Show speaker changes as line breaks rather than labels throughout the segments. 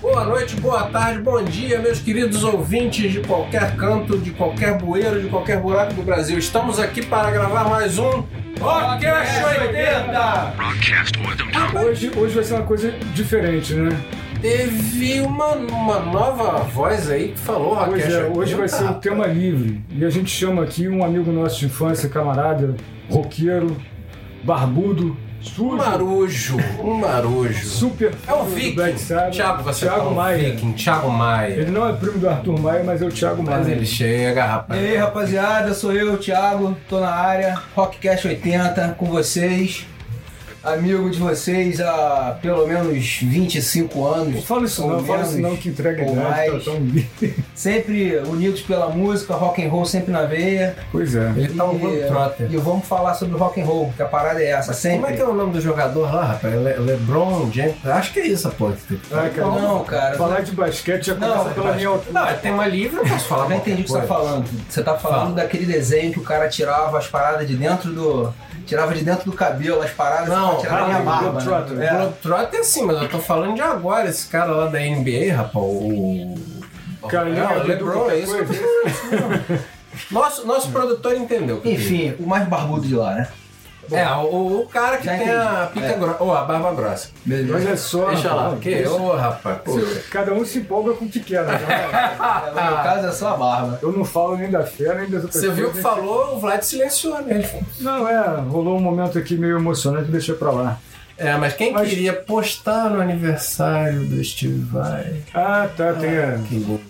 Boa noite, boa tarde, bom dia, meus queridos ouvintes de qualquer canto, de qualquer bueiro, de qualquer buraco do Brasil. Estamos aqui para gravar mais um Rockcast 80!
Hoje, hoje vai ser uma coisa diferente, né?
Teve uma, uma nova voz aí que falou
Pois
Rockcast
é,
80.
hoje vai ser o tema livre. E a gente chama aqui um amigo nosso de infância, camarada, roqueiro,
Um
barbudo, sujo,
marujo, um marujo.
super
É o
fã do
Viking.
Black Sabbath,
Thiago, você
Thiago
fala o
Maia.
Viking, Thiago Maia.
Ele não é primo do Arthur Maia, mas é o Thiago
Mas
Maia.
ele chega,
E
rapaz.
aí, rapaziada, sou eu, Thiago, tô na área, Rockcast 80 com vocês, amigo de vocês há pelo menos 25 anos.
Não fala isso
ou
não, fala isso
menos,
não, que entrega a
ou
idade.
mais.
Tá tão...
Sempre unidos pela música, rock and roll sempre na veia.
pois é.
Ele tá um
e,
bom trotter.
e vamos falar sobre rock and roll, que a parada é essa,
Como
sempre.
é que é o nome do jogador lá, rapaz? Le- LeBron James? Acho que é isso a porra.
Ai, cara,
Não, cara.
Falar de basquete já
Não,
começa pela
basquete.
minha altura.
Não, é tema livre, eu posso falar
Eu já entendi o que você tá falando. Você tá falando
Fala.
daquele desenho que o cara tirava as paradas de dentro do. Tirava de dentro do cabelo as paradas
Não,
pra tirar da minha
Harlem
barba. né?
Globetrotter.
É.
Globetrotter é assim, mas eu tô falando de agora, esse cara lá da NBA, rapaz, o...
Cara,
é,
ele é
o
do
LeBron,
muita
é isso que eu
coisa.
Nosso, nosso produtor entendeu. o que eu queria.
Enfim, o mais barbudo de lá, né?
É, o, o cara que
Já
tem
entendi.
a pica
É.
grossa, ou a barba grossa.
Olha é só.
Deixa lá,
rapaz,
que ô, rapaz, pô. Ah,
Cada um se empolga com o que quer, né?
É, no meu caso é só a barba.
Eu não falo nem da fé, nem das outras
tá. Você viu o que
coisas.
falou, o Vlad silenciou, né? Ele falou,
Não, é, rolou um momento aqui meio emocionante, deixa pra lá.
É, mas quem
Mas-
queria postar no aniversário do Steve Vai?
Ah, tá, tem. a-
Que louco.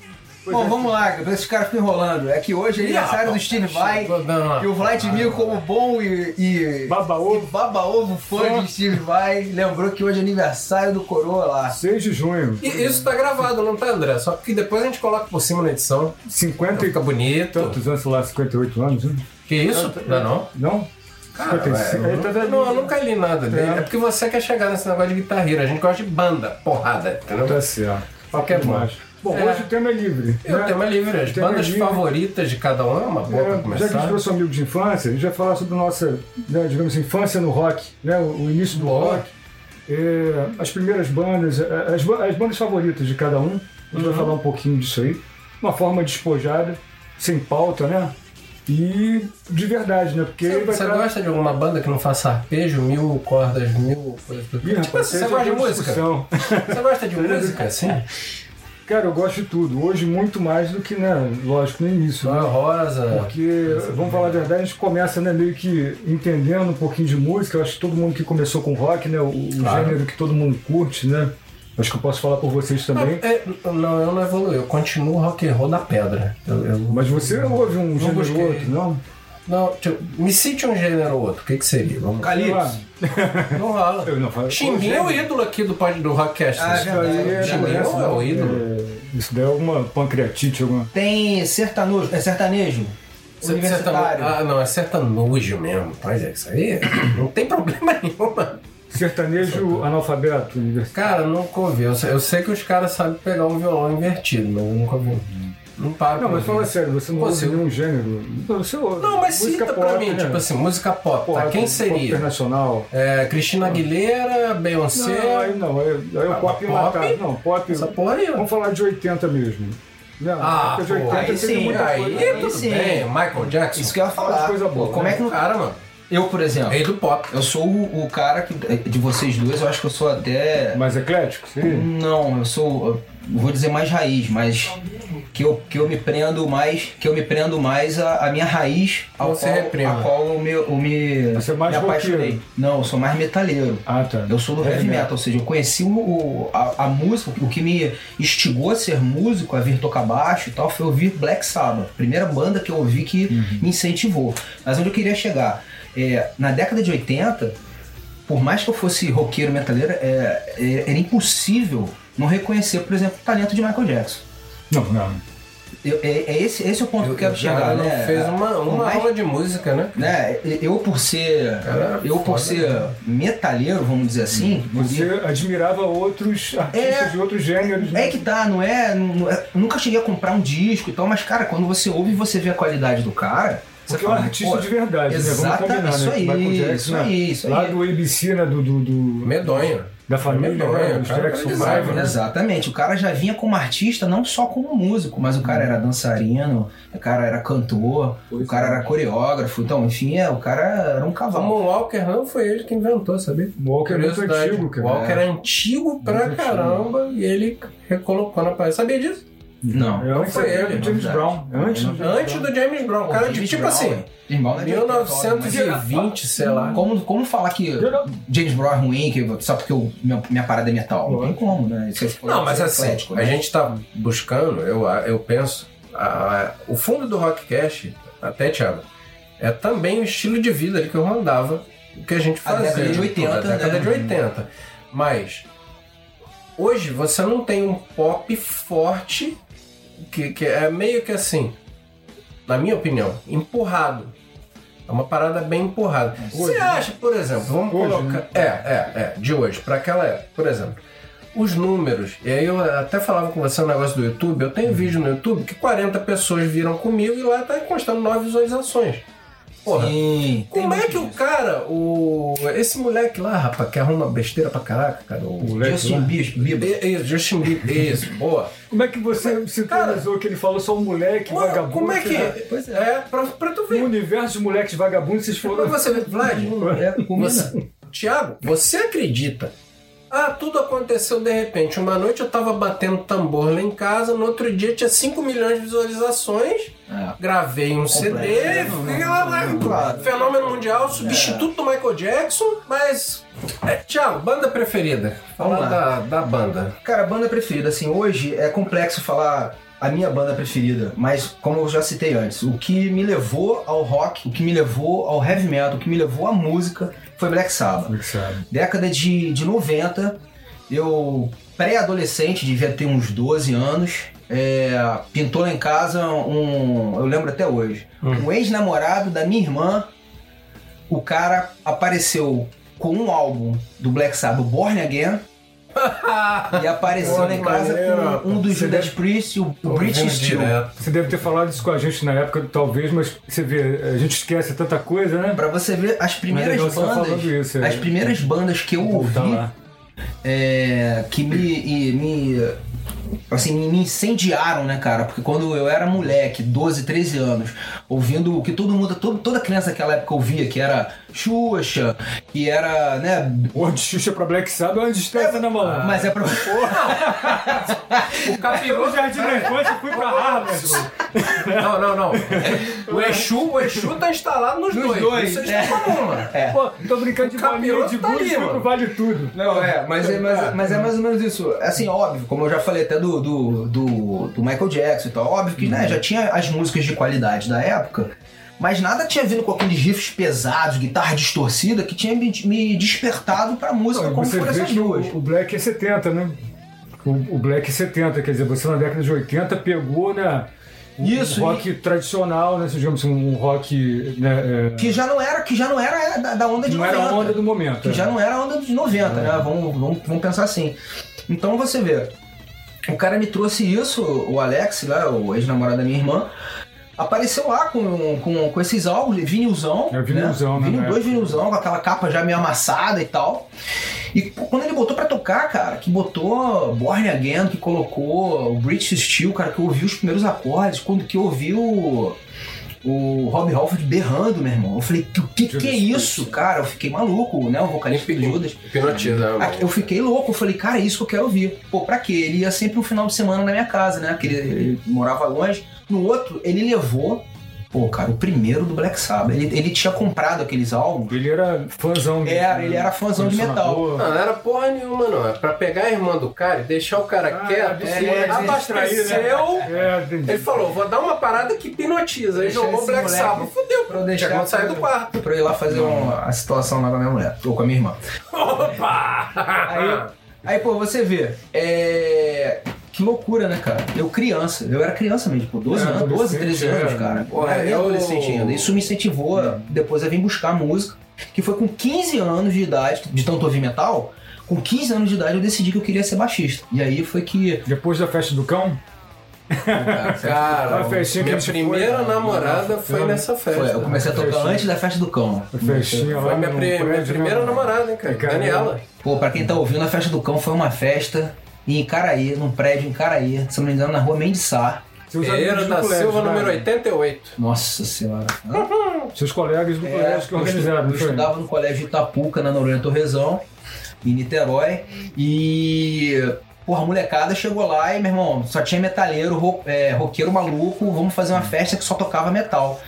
Pois
Bom,
é.
vamos lá, pra esses caras ficam enrolando. É que hoje é aniversário do Steve Vai
Chegou dando uma-
e o Vladimir, como bom e. e
Baba-ovo.
e baba-ovo fã de Steve Vai, lembrou que hoje é aniversário do Coroa lá.
6 de junho,
E Isso tá gravado, não tá, André? Só que depois a gente coloca por cima na edição.
50 e
Fica bonito.
tantos anos, sei lá, 58 anos, né?
Que isso? Não, não.
Não? 55. Ele tá
Eu
velhinho,
Não, eu
né?
nunca li nada dele. É porque você quer chegar nesse negócio de guitarreiro. A gente gosta de banda, porrada, entendeu?
Tá certo. Papo
Que é bom.
demais. Bom,
É.
hoje o tema é livre.
E o
né?
tema é livre. As
Tema
bandas
livre.
favoritas de cada um é uma boa pra
É, já que a
começar.
gente trouxe um amigo de infância, a gente vai falar sobre nossa, né, digamos assim, infância no rock, né, o, o início do
Boa.
rock, é, as primeiras bandas, é, as, ba- as bandas favoritas de cada um. A
Uhum.
gente vai falar um pouquinho disso aí. Uma forma despojada, sem pauta, né? E de verdade, né? Porque
Você,
vai
você
tra-
gosta de alguma banda que não faça arpejo, mil cordas, mil coisas do
Ih,
tipo?
rapaz,
Você
essa
gosta de
é uma
música?
discussão. é
Você gosta de música, assim?
Cara, eu gosto de tudo. Hoje muito mais do que, né? Lógico, no início.
João
né?
Rosa.
Porque, vamos falar a verdade, a gente começa né, meio que entendendo um pouquinho de música. Eu acho que todo mundo que começou com rock, né? O, o
Claro.
gênero que todo mundo curte, né? Acho que eu posso falar por vocês também.
É, não, eu não evoluo. Eu continuo rock and roll na pedra. Eu- eu-
Mas você não ouve um gênero ou
busquei.
outro, não?
Não, tipo, me cite um gênero ou outro. O que que seria? Vamos lá.
Calypso.
Não rola.
Eu não falo-
Chimbinha é o ídolo aqui do, pod- do Rockcast.
Ah, é verdade.
Aí é-
Chimbinha é o ídolo.
é, isso daí é alguma pancreatite, alguma.
Tem sertanojo, é sertanejo?
Você-
universitário.
sertano- Ah, não, é sertanojo mesmo. Pois é, isso aí não tem problema nenhum. mano.
Sertanejo analfabeto, universitário.
Cara, nunca ouvi. Eu, sei- eu sei que os caras sabem pegar um violão invertido, mas eu nunca ouvi. Não para.
Não,
pra
mas
ouvir.
fala sério, você não
Pô,
ouve
se eu-
nenhum gênero. Você ouve.
Não, mas
Música
cita pra
pop,
mim,
né?
tipo assim, música pop, tá?
Pop,
Quem
pop
seria?
internacional.
É, Cristina Aguilera,
Não,
Beyoncé.
aí não, aí, aí
Ah,
o pop
pop?
enlatado. Não, pop.
Essa porra aí, ó.
Vamos falar de 80 mesmo. Não,
Ah,
época de
pô,
80
aí
teve
sim,
muita
aí,
coisa. né?
Aí
tudo
sim.
bem. Michael Jackson.
é
Isso que eu ia falar.
coisa boa,
Pô, como
né?
é que não.
Cara, mano.
Eu, por exemplo,
Rei do pop.
eu sou o, o cara que. De vocês dois, eu acho que eu sou até.
Mais eclético, seria?
Hum. Não, eu sou. eu vou dizer mais raiz, mas. Que eu, que eu me prendo mais. Que eu me prendo mais a, minha raiz ao
Você
qual,
reprima.
a qual eu me, eu me,
Você é mais
me apaixonei.
roqueiro.
Não, eu sou mais metaleiro.
Ah, tá.
Eu sou do heavy metal, ou seja, eu conheci o, o- a, a música, o que me instigou a ser músico, a vir tocar baixo e tal, foi ouvir Black Sabbath, primeira banda que eu ouvi que
Uhum.
me incentivou. Mas onde eu queria chegar? É, na década de 80, por mais que eu fosse roqueiro metaleiro, é, é- era impossível não reconhecer, por exemplo, o talento de Michael Jackson.
Não, não.
Eu- é, é esse, esse é o ponto que eu quero chegar,
Cara,
né?
Fez uma,
Por
uma
mais
aula de música, né?
né? Eu por ser,
Cara,
eu por
foda, né? Uhum.
ser metaleiro, vamos dizer assim,
Você admirava outros artistas
É.
de outros gêneros. né?
É que tá, não é, não é- Nunca cheguei a comprar um disco e tal, mas, cara, quando você ouve e você vê a qualidade do cara. Você
Porque é um
fala,
artista
pô,
de verdade, né? Vamos
exata-
combinar,
isso
né?
aí,
Michael Jackson,
isso
né?
aí, isso
Lá
aí.
do ABC, né? Do, do, do-
Medonho.
da família,
Legal,
né?
é,
Os
cara,
Jackson
é design,
Five, né?
Exatamente. O cara já vinha como artista, não só como músico, mas o cara era dançarino, o cara era cantor, o cara era coreógrafo. Então, enfim, é, o cara era um
O
cavalo.
Moonwalker não foi ele que inventou, sabia?
O Walker é muito
Curiosidade.
antigo,
O
cara.
Walker era antigo pra
É, Muito antigo.
caramba e ele recolocou na parede. Sabia disso?
Não.
É antes
foi
do
ele,
James
verdade.
Brown. É Antes do
Não.
Antes do James
É um
Brown. O cara, de,
James
tipo
Brown,
assim,
é. James Brown não é de é
1920, sei lá.
Como, como falar que
James
James Brown é ruim que só porque eu, minha, minha parada é metal? Não tem como, né? Isso é-
Não, mas
é
assim,
eclético,
a
né?
gente tá buscando, eu, eu penso, a- a- o fundo do Rockcast, até Thiago, é também o estilo de vida ali que eu rondava, o que a gente
A
fazia.
década de 80,
A década
né?
de 80. Mas, hoje você não tem um pop forte, que, que é meio que assim, na minha opinião, empurrado. É uma parada bem empurrada.
Hoje,
Você
né?
acha, por exemplo, vamos
Hoje,
colocar.
né?
É, é, é, de hoje, pra aquela época, por exemplo. Os números, e aí eu até falava com você no negócio do YouTube, eu tenho vídeo no YouTube que 40 pessoas viram comigo e lá tá constando 9 visualizações. Porra,
Sim, tem
como é
muito
que o
disso.
cara, o. Esse moleque lá, rapaz, que arruma besteira pra caraca, cara. O...
moleque
Justin
lá.
Bieber.
E- Isso, Justin Bieber, isso, boa.
Como é que você sintonizou que ele falou só um moleque
Mano,
vagabundo?
como é que.
cara?
Pois é.
É, pra, pra tu
No
ver.
universo de moleques vagabundos, vocês
Pra
foram.
você ver, Vlad,
É, combina.
Você, Tiago, você acredita? Ah, tudo aconteceu de repente. Uma noite eu tava batendo tambor lá em casa, no outro dia tinha 5 milhões de visualizações,
É.
gravei um CD,
né?
fiquei lá, lá,
Claro.
fenômeno mundial, substituto do Michael Jackson, mas. É, Tiago, banda preferida. Fala
Vamos
da, da banda.
Cara, banda preferida, assim, hoje é complexo falar a minha banda preferida, mas como eu já citei antes, o que me levou ao rock, o que me levou ao heavy metal, o que me levou à música foi Black Sabbath.
Como é que sabe?
Década de, de 90, eu pré-adolescente, devia ter uns 12 anos, é, pintou lá em casa um. Eu lembro até hoje. Um ex-namorado da minha irmã, o cara apareceu com um álbum do Black Sabbath, Born Again. E apareceu
Pô,
lá em casa
maneiro,
com um dos
você
Judas Priest, o o British Steel.
Você deve ter falado isso com a gente na época, talvez, mas você vê, a gente esquece tanta coisa, né?
Pra você ver, as primeiras
legal você tá
bandas.
falando isso, é.
As primeiras bandas que eu ouvi
Voltar lá.
é, que me, e- me assim, me- me incendiaram, né, cara? Porque quando eu era moleque, 12, 13 anos, ouvindo o que todo mundo, todo- toda criança naquela época ouvia, que era Xuxa, que era, né,
Porra, de Xuxa pra Black Sabbath é uma distância, né, mano?
mas é pra...
O capiroto.
jardim da infância, fui pra Harvard.
Não, não, não. O Exu, o Exu tá instalado nos,
Nos
dois.
dois,
Isso
é.
é. comum,
É.
Pô, tô brincando de
O
bolinha de
capiroto tá ali,
gude, fui
mano.
pro Vale Tudo.
Não, é, mas é, mas, mas é mais ou menos isso. Assim, óbvio, como eu já falei até do, do, do, do Michael Jackson e tal, óbvio que
Uhum.
né, já tinha as músicas de qualidade da época, mas nada tinha vindo com aqueles riffs pesados, guitarra distorcida, que tinha me, me despertado pra música
Não,
como
você
foram
vê
essas
que
duas.
o, o Black é 70, né? O, o Black é 70, quer dizer, você na década de 80 pegou, né? Um
Isso,
rock tradicional, né? Digamos assim, um rock. Né, é,
Que já não era, que já não era da, da onda de
não era a
90.
onda do momento.
que
né?
já não era a onda dos 90, né?
É.
Vamos, vamos, vamos pensar assim. Então você vê, o cara me trouxe isso, o Alex, lá, o ex-namorado da minha irmã, apareceu lá com, com, com esses álbuns, vinilzão.
É, vinilzão, né,
Vinil
na
2,
época.
vinilzão, com aquela capa já meio amassada e tal. E pô, quando ele botou pra tocar, cara, que botou Born Again, que colocou o British Steel, cara, que eu ouvi os primeiros acordes, quando que eu ouvi o, o Rob Halford berrando, meu irmão. Eu falei, o que, que é isso, cara? Eu fiquei maluco, né? O vocalista do Judas.
Hipnotiza.
Ah, Eu fiquei louco, eu falei, cara, é isso que eu quero ouvir. Pô, pra quê? Ele ia sempre um final de semana na minha casa, né? Porque ele, ele morava longe. No outro, ele levou, pô, cara, o primeiro do Black Sabbath. Ele, ele tinha comprado aqueles álbuns.
Ele era fãzão.
Era, ele era fãzão de metal.
Não, não era porra nenhuma, não. É pra pegar a irmã do cara e deixar o cara
Ah,
quieto.
é,
ele
é,
abasteceu.
É, entendi.
Ele falou, vou dar uma parada que hipnotiza. Ele
Deixa
jogou
esse
Black
moleque
Sabbath. Fudeu.
pra eu deixar
Tiago saiu do quarto.
Pra eu ir lá fazer uma, a situação lá com a minha mulher, ou com a minha irmã.
Opa!
Aí, aí, pô, você vê. É. Que loucura, né, cara? Eu criança, eu era criança mesmo, pô, 12
É,
anos, 12, 13
adolescente,
anos,
é.
cara. Pô,
É,
era bem
eu-
adolescente ainda. Isso me incentivou a- depois a vir buscar música, que foi com 15 anos de idade, de tanto ouvir metal, com 15 anos de idade eu decidi que eu queria ser baixista. E aí foi que.
Depois da festa do cão?
Cara,
A festinha que
minha
a gente foi,
primeira
cara.
namorada foi
Foi,
nessa festa.
Foi, eu comecei a tocar antes da festa do cão.
Festinha
Foi
lá
minha,
no
pri- minha
prédio,
primeira
né?
namorada, hein, cara?
Cara,
Daniela.
Pô, pra quem tá ouvindo, a festa do cão foi uma festa em Caraí, num prédio em Caraí, se eu não me engano, na rua Mendissá.
Seus
Ferreira
amigos do
da
colégio,
Silva,
né?
número 88.
Nossa senhora.
Seus colegas do colégio que
É, Eu
organizaram, não
estu-
foi?
Eu estudava no colégio Itapuca, na Noronha Torrezão, em Niterói. E. Porra, a molecada chegou lá e, meu irmão, só tinha metaleiro, ro é, roqueiro maluco, vamos fazer uma festa que só tocava metal.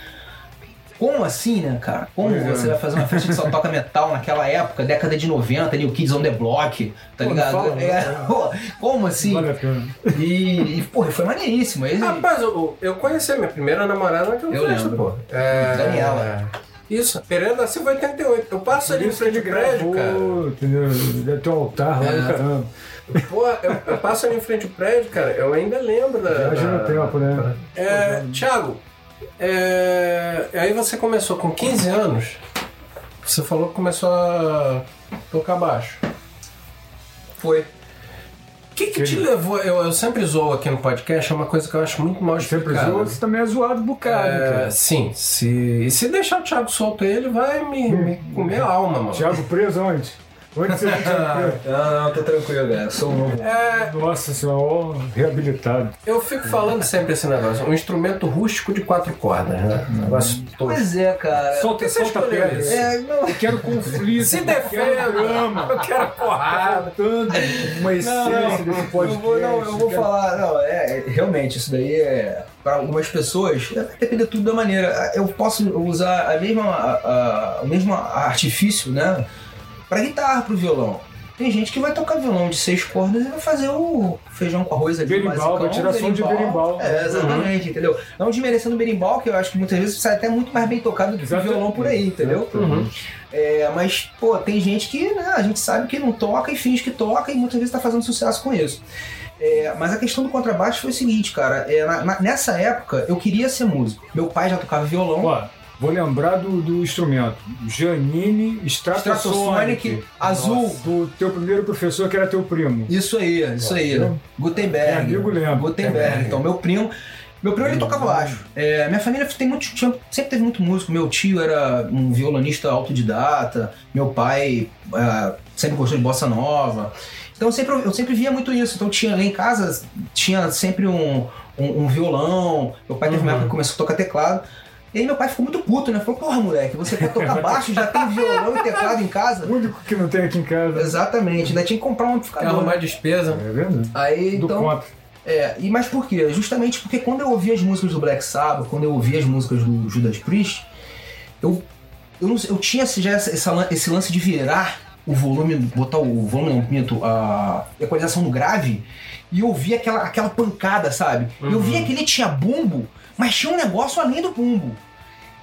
Como assim, né, cara? Como
Pois é.
você vai fazer uma festa que só toca metal naquela época, década de 90, New Kids on the Block, tá
Pô, não
ligado?
fala,
É,
não.
pô, como assim?
Vale a pena.
E, e, porra, foi maneiríssimo. Ele,
Ah.
Rapaz, eu, eu conheci a minha primeira namorada naquela
Eu
festa,
lembro.
pô. É...
Daniela.
Isso, Pereira da Silva 88. Eu passo ali em
Isso que
frente
ele
ao prédio, cara.
gravou, entendeu? Deve ter um altar lá
É.
né? do caramba.
Pô, eu, eu passo ali em frente ao prédio, cara. Eu ainda lembro da.
Viagem
da...
no tempo, né?
É, Thiago, é, aí você começou com 15 anos. Você falou que começou a tocar baixo.
foi.
O que, que te levou? Eu, eu sempre zoo aqui no podcast, é uma coisa que eu acho muito mal
Sempre
explicada.
zoa, você também é zoado bocado,
É,
cara.
sim, se, e se deixar o Thiago solto, ele vai me, me comer a alma, mano.
Thiago preso onde? Onde você fica
Não, não, tô tranquilo, velho. Sou novo.
É,
preso? Nossa senhora, ó, reabilitado.
eu fico falando sempre esse negócio, um instrumento rústico de quatro cordas, né? Um Negócio todo.
Pois é, cara.
Solta,
você
solta a
escolheu
pedra.
isso?
É, não.
Eu quero conflito.
Se
eu
defenda,
quero drama.
eu quero porrada.
Tanto uma essência desse podcast.
Eu vou, não, eu vou
quero-
falar, não, é, é, realmente, isso daí é. Para algumas pessoas, é, vai depender tudo da maneira. Eu posso usar a mesma, a, a- o mesmo artifício, né? Pra guitarra, pro violão. Tem gente que vai tocar violão de seis cordas e vai fazer o feijão com arroz ali.
Berimbau,
basicão,
vai tirar som de berimbau.
É, exatamente, entendeu? Não desmerecendo o berimbau, que eu acho que muitas vezes sai até muito mais bem tocado do que o
Exatamente.
violão por aí, entendeu?
Uhum.
É, mas, pô, tem gente que né, a gente sabe que não toca e finge que toca e muitas vezes tá fazendo sucesso com isso. É, mas a questão do contrabaixo foi o seguinte, cara. é, na- na- nessa época, eu queria ser músico. Meu pai já tocava violão.
Ó, vou lembrar do, do instrumento. Janine Stratosonic.
Stratosonic, azul.
Do teu primeiro professor, que era teu primo.
Isso aí, isso aí.
Viu? Meu
Gutenberg.
é amigo lembra.
Gutenberg. Então, meu primo. Meu primo ele
Uhum.
tocava baixo. É, minha família tem muito, tinha- sempre teve muito músico. Meu tio era um violonista autodidata. Meu pai ah, sempre gostou de bossa nova. Então sempre, eu sempre via muito isso. Então tinha lá em casa, tinha sempre um, um, um violão. Meu pai teve uma
Uhum.
época que começou a tocar teclado. E aí meu pai ficou muito puto, né? Falou, porra, moleque, você quer tocar baixo, já tem violão e teclado em casa?
O único que não tem aqui em casa.
Exatamente, né? Tinha que comprar um
Quer
amplificador.
arrumar despesa.
É verdade.
Aí,
Do
então,
contra.
é, e mas por quê? Justamente porque quando eu ouvi as músicas do Black Sabbath, quando eu ouvi as músicas do Judas Priest, eu, eu, não sei, eu tinha esse- já essa- essa lan- esse lance de virar o volume, botar o volume, não, minto, a equalização do grave, e eu vi aquela, aquela pancada, sabe? Eu via
Uhum.
que ele tinha bumbo, mas tinha um negócio além do bumbo.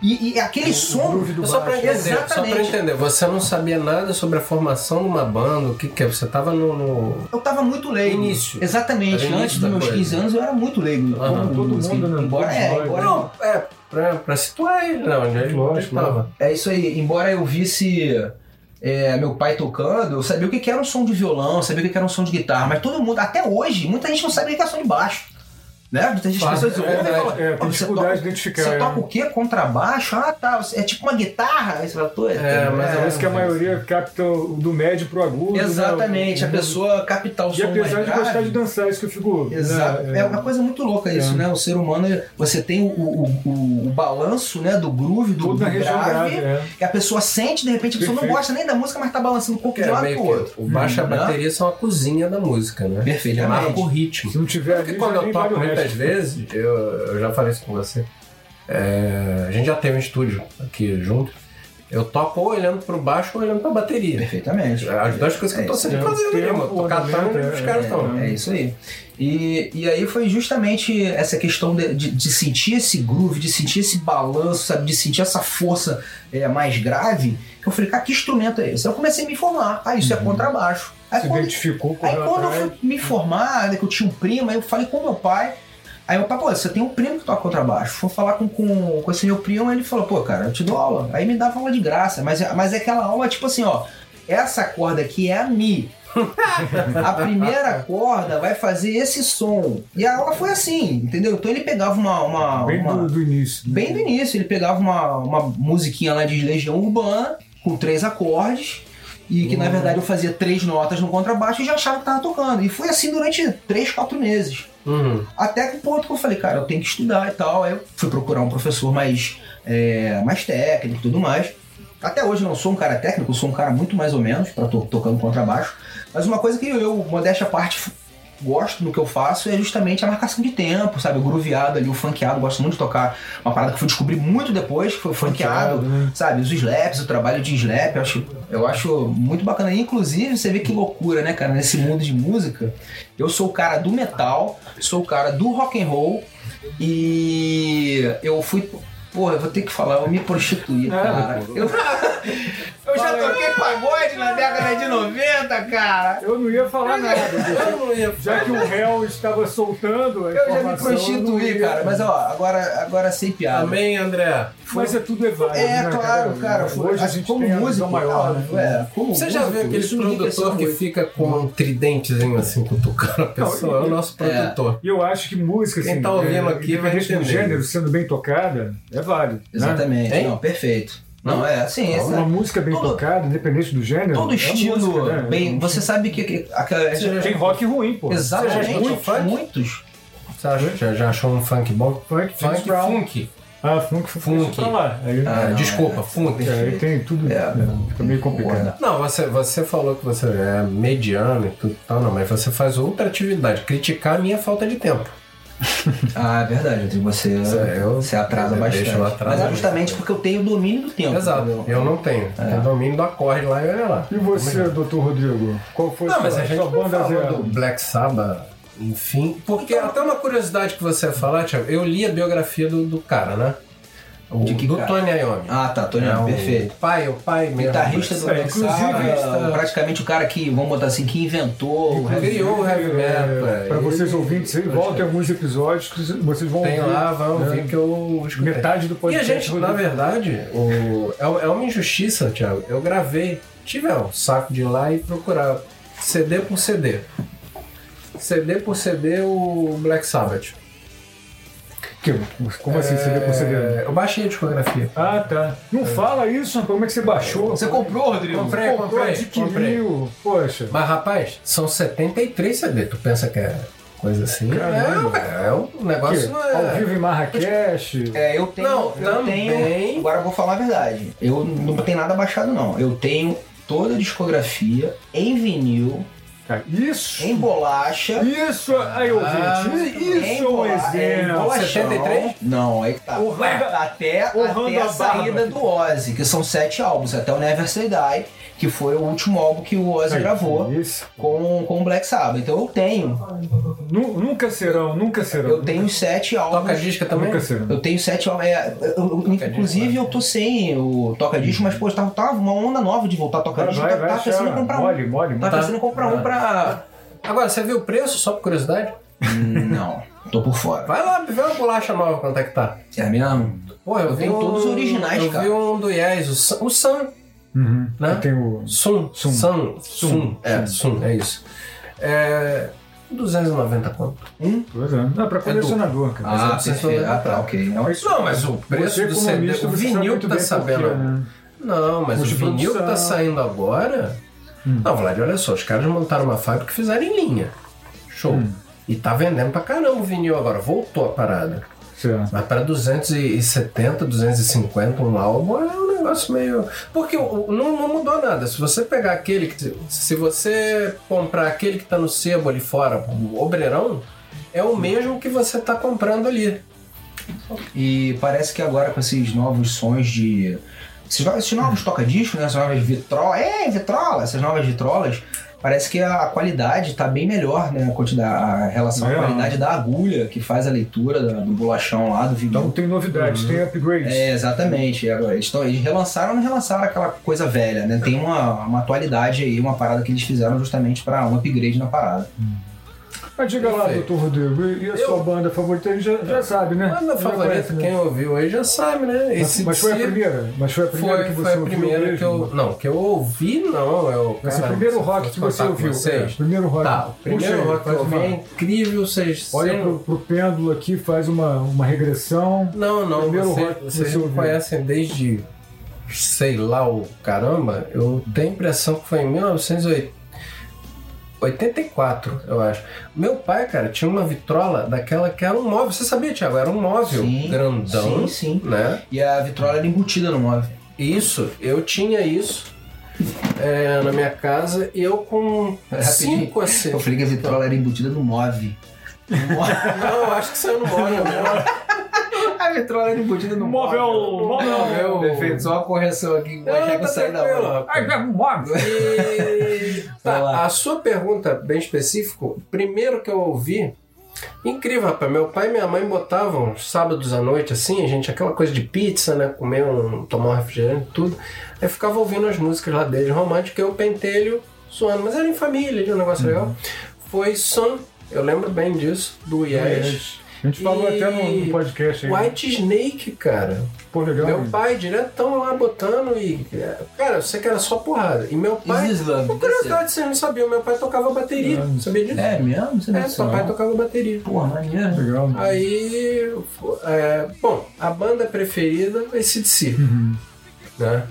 E, e aquele som.
groove do
né? Só pra,
baixo.
entender, só pra
Exatamente.
entender, você não sabia nada sobre a formação de uma banda, o que que é, você tava no... no-
Eu tava muito leigo.
Início.
Exatamente.
Era início
Antes
da
dos meus
coisa.
15 anos eu era muito leigo.
Aham.
Como
Todo
música,
mundo, né?
Embora, é,
Todos nós,
embora
Não, é, pra, pra situar ele, não, onde ele
Lógico,
tava.
É isso aí, embora eu visse é, meu pai tocando, eu sabia o que que era um som de violão, sabia o que que era um som de guitarra, mas todo mundo, até hoje, muita gente não sabe o que é som de baixo. Né? Muitas gente-
Claro,
pessoas
é
ouvem e
verdade.
É,
falam, "Ó,
tem
você
dificuldade
toca-
de identificar,
Você
é.
toca o quê? Contrabaixo? Ah, tá. É tipo uma guitarra? Aí você fala, "Pô,
É, mas
É,
é
parece que a maioria capta o do médio pro agudo. né?
Exatamente, a pessoa captar o
E
som mais
apesar de gostar
grave.
de dançar, é isso que eu fico.
Exato.
né,
É uma coisa muito louca isso,
É.
né? O ser humano, você tem o, o, o- o balanço né, do groove, do,
Tudo
do
na região grave,
grave,
é.
que a pessoa sente, de repente a pessoa
Perfeito.
não gosta nem da música, mas tá balançando um pouco
Que
de um
é
lado
meio
pro
que
outro.
o baixo e a
Né?
bateria são a cozinha da música, né? Ele
Perfeitamente.
marca o ritmo.
Se não tiver
Porque
ali,
É quando
já
eu
nem
toco
vale o
muitas
resto.
vezes, eu, eu já falei isso com você, é, a gente já tem um estúdio aqui junto, eu toco ou olhando pro baixo ou olhando pra bateria.
Perfeitamente.
As duas coisas que eu tô
isso.
sempre
é,
fazendo, né,
tempo,
mano? Tô
ornamento,
catando e
é,
os caras
é,
estão.
É isso aí. E, e aí foi justamente essa questão de, de- de sentir esse groove, de sentir esse balanço, sabe? De sentir essa força é, mais grave, que eu falei, cara, que instrumento é esse? Aí Eu comecei a me informar. Ah,
Uhum.
isso é contrabaixo. Aí
Se
quando-
identificou com
Aí
ela
quando eu
atrás.
fui me informar, né, que eu tinha um primo, aí eu falei com meu pai. Aí meu pai, pô, você tem um primo que toca contrabaixo. Fui falar com, com, com esse meu primo, aí ele falou, pô, cara, eu te dou aula. Aí me dava aula de graça, mas, é- mas é aquela aula, tipo assim, ó, essa corda aqui é a Mi. a primeira corda vai fazer esse som. E a aula foi assim, entendeu? Então ele pegava uma. uma-
Bem
uma-
do, do início. né?
bem do início, ele pegava uma, uma musiquinha lá de Legião Urbana, com três acordes, e que na verdade eu fazia três notas no contrabaixo e já achava que tava tocando. E foi assim durante três, quatro meses.
Uhum.
Até que o ponto que eu falei, cara, eu tenho que estudar e tal. Aí eu fui procurar um professor mais, é, mais técnico e tudo mais. Até hoje eu não sou um cara técnico, eu sou um cara muito mais ou menos para tocando contrabaixo. Mas uma coisa que eu, modéstia à parte, f- gosto do que eu faço é justamente a marcação de tempo, sabe? O grooveado ali, o funkeado. eu Gosto muito de tocar uma parada que eu fui descobrir muito depois, que foi o funkeado, sabe? Os slaps, o trabalho de slap, eu acho, eu acho muito bacana. E, Inclusive, você vê que loucura, né, cara? Nesse mundo de música, eu sou o cara do metal, sou o cara do rock and roll e eu fui... Porra, eu vou ter que falar, eu me prostituí, cara. Eu, É, eu já toquei pagode na década de 90, cara.
Eu não ia falar nada.
Eu não ia
Já que o réu estava soltando a
Eu já me
informação, eu não é.
prostituí,
ia.
cara. Mas ó, agora, agora sem piada.
Amém, André.
Mas é tudo é válido,
É,
né,
claro, cara. foi-
Hoje a
acho que
gente
como
tem a
músico
visão maior, né?
cara, é, como
Você já
músico,
viu aquele
isso me enriqueceu
produtor que
muito.
fica com um tridentezinho assim cutucando a pessoa?
Não,
é
e-
o nosso
é.
produtor.
E eu acho que música, assim,
Quem tá ouvindo
é,
aqui vai
independente do
entender.
gênero sendo bem tocada, é válido. Né?
Exatamente.
Hein?
Não, perfeito. Não, é assim, essa-
Uma música bem
Todo-
tocada, independente do gênero.
todo
é
estilo.
música, né?
bem, você sabe que. que- a- a-
Tem rock ruim, pô.
exatamente.
escutou funk?
Muitos.
Você acha- já, já achou um funk bom?
Funk, James
Funk,
Brown.
funk.
Ah, funk, funk.
Funk.
deixa pra lá. Aí,
Ah,
não,
desculpa,
é.
funk.
é, aí tem tudo.
É,
né? Fica meio complicado.
Não, você, você falou que você é mediano e tudo e tal, não, mas você faz outra atividade, criticar a minha falta de tempo.
Ah, é verdade, Rodrigo, você,
Eu-
você atrasa
eu
bastante.
deixo eu atrasar.
Mas é justamente porque eu tenho o domínio do tempo.
Exato,
entendeu?
eu não tenho. Eu domínio do acorde lá e olha lá.
E você, doutor Rodrigo? Qual foi
Não, mas
sua,
a gente
sua
não
banda é
falou
zero?
do Black Sabbath, enfim. Porque até uma curiosidade que você ia falar, Thiago, eu li a biografia do, do cara, né? O,
De que
do
cara?
Tony Iommi.
Ah, tá, Tony,
É, o é,
perfeito.
Pai, o pai mesmo.
Guitarrista do
Isso aí,
Black
inclusive,
Sabbath,
isso-
praticamente o cara que, vamos botar assim, que inventou o heavy
Criou o heavy metal. é.
Para vocês
Ele-
ouvintes aí, voltem alguns episódios que vocês vão
Tem
ouvir.
lá, vai ouvir
né?
que eu escutei.
Metade do
E a
podcast.
gente, na
Rodrigo.
verdade, o- é, é uma injustiça, Thiago. Eu gravei, tive ó, um saco de ir lá e procurar CD por CD. CD por CD o Black Sabbath.
Que- Como assim? Você CD por CD?
É, eu baixei a discografia.
Ah, tá. Não fala isso, rapaz. Como é que você baixou?
Você comprou, Rodrigo?
Comprei,
comprou,
comprei, comprei.
adquiriu. Poxa.
Mas rapaz, são 73 CD. Tu pensa que é coisa assim?
Caramba.
É, é um negócio.
Que,
é-
Ao vivo em Marrakech.
É, eu tenho.
Não,
eu
também.
tenho. Agora eu vou falar a verdade. Eu não tenho nada baixado, não. Eu tenho toda a discografia em vinil,
Cara, É. isso.
em bolacha.
Isso. Aí, ouvinte. Isso é um
bola- em
exemplo.
bolachão.
73?
Não, aí que tá.
Orlando-
até
Orlando
até a
a
saída
Barba.
do Ozzy, que são sete álbuns, até o Never Say Die, que foi o último álbum que o Ozzy
Aí,
gravou
Isso.
com, com o Black Sabbath. Então eu tenho.
Nu- nunca serão, nunca serão.
Eu tenho os sete álbuns.
Toca disca também?
Nunca serão.
Eu tenho sete álbuns. É, eu- eu-
né?
inclusive, eu tô sem o toca-disco, mas, pô, tava, tava uma onda nova de voltar a tocar
Uhum. Vai,
disco.
vai,
Tava,
vai
tava
achar.
pensando em comprar um.
Mole, mole,
Tava
mole.
Tá.
pensando em comprar um pra.
Agora, você viu o preço, só por curiosidade?
Hum.
Não, tô por fora.
Vai lá, vê uma bolacha nova quanto é que tá.
É mesmo?
Pô, eu,
Eu
vi
tenho
um-
todos os originais,
eu
cara.
vi um do Yes, o Sam. O Sam.
Uhum.
Né?
Eu tenho.
Sun.
Sun.
Sun.
Sun.
Sun. É, Sun, é isso. É. 290 conto.
Pois é. Não, é pra colecionador, cara.
Ah,
Ah,
perfeito.
perfeito. Ah, tá, ok. É um-
Não, mas o
Você,
preço do CD,
economista,
o
você sabe
vinil que
muito
tá
bem por quê,
sabendo.
né?
Não, mas
Custo
o
de
vinil que tá
produção.
saindo agora. Não, Vlad, olha só, os caras montaram uma fábrica e fizeram em linha. Show. E tá vendendo pra caramba o vinil agora. Voltou a parada.
Certo.
Mas para 270, 250 um álbum é um negócio meio. Porque o- o- não, não mudou nada. Se você pegar aquele que. Se você comprar aquele que tá no sebo ali fora, o obreirão, é o mesmo que você tá comprando ali.
E parece que agora com esses novos sons de. Esses novos, esses
Hum.
novos toca-discos, né? Essas novas vitrolas. É, vitrola! Essas novas vitrolas. Parece que a qualidade tá bem melhor, né? A, quantidade, a relação à
Maior.
qualidade da agulha que faz a leitura da- do bolachão lá, do vinil.
Então tem novidades, tem upgrades.
É, exatamente. É, Eles, tão- eles relançaram não relançaram aquela coisa velha, né? Tem uma, uma atualidade aí, uma parada que eles fizeram justamente pra um upgrade na parada.
Mas diga lá,
Perfeito.
doutor Rodrigo, e e a
Eu-
sua banda favorita? A gente já, já sabe, né?
Banda
Já conhece,
favorita,
né?
quem ouviu aí já sabe, né?
Mas,
AC/DC
mas foi a primeira? Mas foi a primeira
foi,
que você
foi a
ouviu
primeira
mesmo?
que eu. Não, que eu ouvi, não. Eu,
Esse
cara,
primeiro
se
rock
fosse
que você
contar com
ouviu.
Vocês,
é, primeiro rock.
Tá, o primeiro
Puxa aí,
rock que eu
faz
ouvi
uma-
é incrível, vocês.
Olha
vocês-
pro, pro pêndulo aqui, faz uma, uma regressão.
Não, não,
primeiro
vocês,
rock que
vocês
você
me
ouviu.
conhecem desde sei lá o caramba. Eu tenho a impressão que foi em 1984, eu acho. Meu pai, cara, tinha uma vitrola daquela que era um móvel. Você sabia, Thiago? Era um móvel
Sim,
grandão,
sim, sim.
né?
E a vitrola era embutida no móvel.
Isso, eu tinha isso é, na minha casa e eu com
Rapidinho.
cinco assim, a seis.
Eu falei que a vitrola era embutida no móvel. No móvel.
Não, eu acho que saiu no móvel mesmo.
a vitrola era embutida no móvel.
Móvel.
Perfeito, só uma correção aqui. Vai achar que eu saí da
tá tranquilo,
hora.
rapaz.
móvel.
E-
Vai lá.
Tá, a sua pergunta, bem específico, primeiro que eu ouvi, incrível, rapaz. Meu pai e minha mãe botavam sábados à noite, assim, a gente, aquela coisa de pizza, né? Comer um, tomar um refrigerante, tudo. Aí ficava ouvindo as músicas lá deles, romântica, eu pentelho, suando. Mas era em família, era um
Uhum.
negócio legal. Foi Son, eu lembro bem disso, do Yes.
A gente falou
E-
até no, no podcast aí. né?
White Snake, cara.
Pô, legal.
Meu
hein?
pai diretão lá botando e. é, Cara, eu sei que era só porrada. E meu pai.
Is this love?
Por curiosidade, vocês não sabiam, meu pai tocava bateria.
É.
Sabia disso?
É mesmo? Você não Uhum.
É,
sabe?
papai tocava bateria.
Porra, maneiro.
Legal.
Aí. é, bom, a banda preferida é CDC.
Uhum.
Né?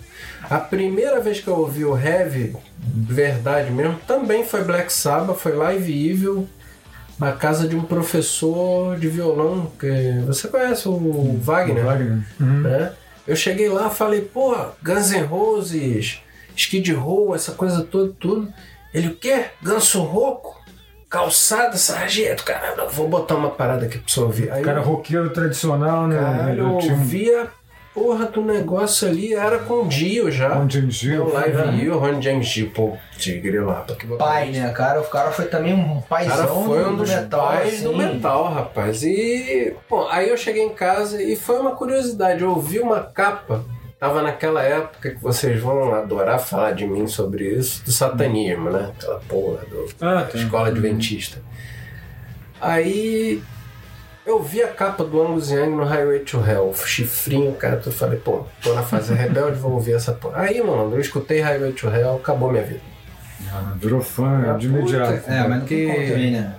A primeira vez que eu ouvi o Heavy, verdade mesmo, também foi Black Sabbath, foi Live Evil. Na casa de um professor de violão, que você conhece o Wagner?
Wagner. Uhum.
né? Eu cheguei lá, falei, pô, Guns N' Roses, Skid Row, essa coisa toda, tudo. Ele, o quê? Ganso rouco? Calçada, sargento, caralho, eu vou botar uma parada aqui pra você ouvir. Aí,
Cara
eu,
roqueiro tradicional, né?
caralho, eu
tinha um-
ouvi a porra do negócio ali, era com o Dio já. Então,
um James Gil.
Meu
né?
live e o Ron James Dio, pô, tigre lá. pra que botar
Pai, né, cara? O cara foi também um
o
paizão
cara foi
do
um dos
metal,
pais
assim.
do metal, rapaz. E, bom, aí eu cheguei em casa e foi uma curiosidade. Eu ouvi uma capa, tava naquela época que vocês vão adorar falar de mim sobre isso, do satanismo, né? Aquela porra do,
Ah,
da
tá.
escola adventista. Aí eu vi a capa do Angus Young no Highway to Hell, chifrinho, cara. Eu falei, pô, tô na fase rebelde, vou ouvir essa porra. Aí, mano, eu escutei Highway to Hell, acabou minha vida.
Ah, Virou fã
Ah,
de imediato.
puta.
É, mas não
Porque-
tem como também, né?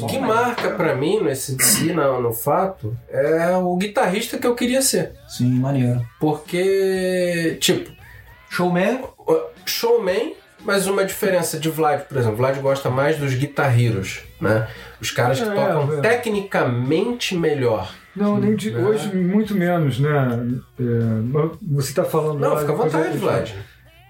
O que marca pra mim nesse si, no, no fato, é o guitarrista que eu queria ser.
Sim, maneiro.
Porque, tipo,
Showman?
o- showman, mas uma diferença de Vlad, por exemplo. Vlad gosta mais dos guitarreiros, né? Os caras que
É,
tocam
é.
tecnicamente melhor.
Não, nem de,
né?
hoje muito menos, né? É, mas você tá falando.
Não,
lá,
fica à
depois
vontade,
eu-
Vlad.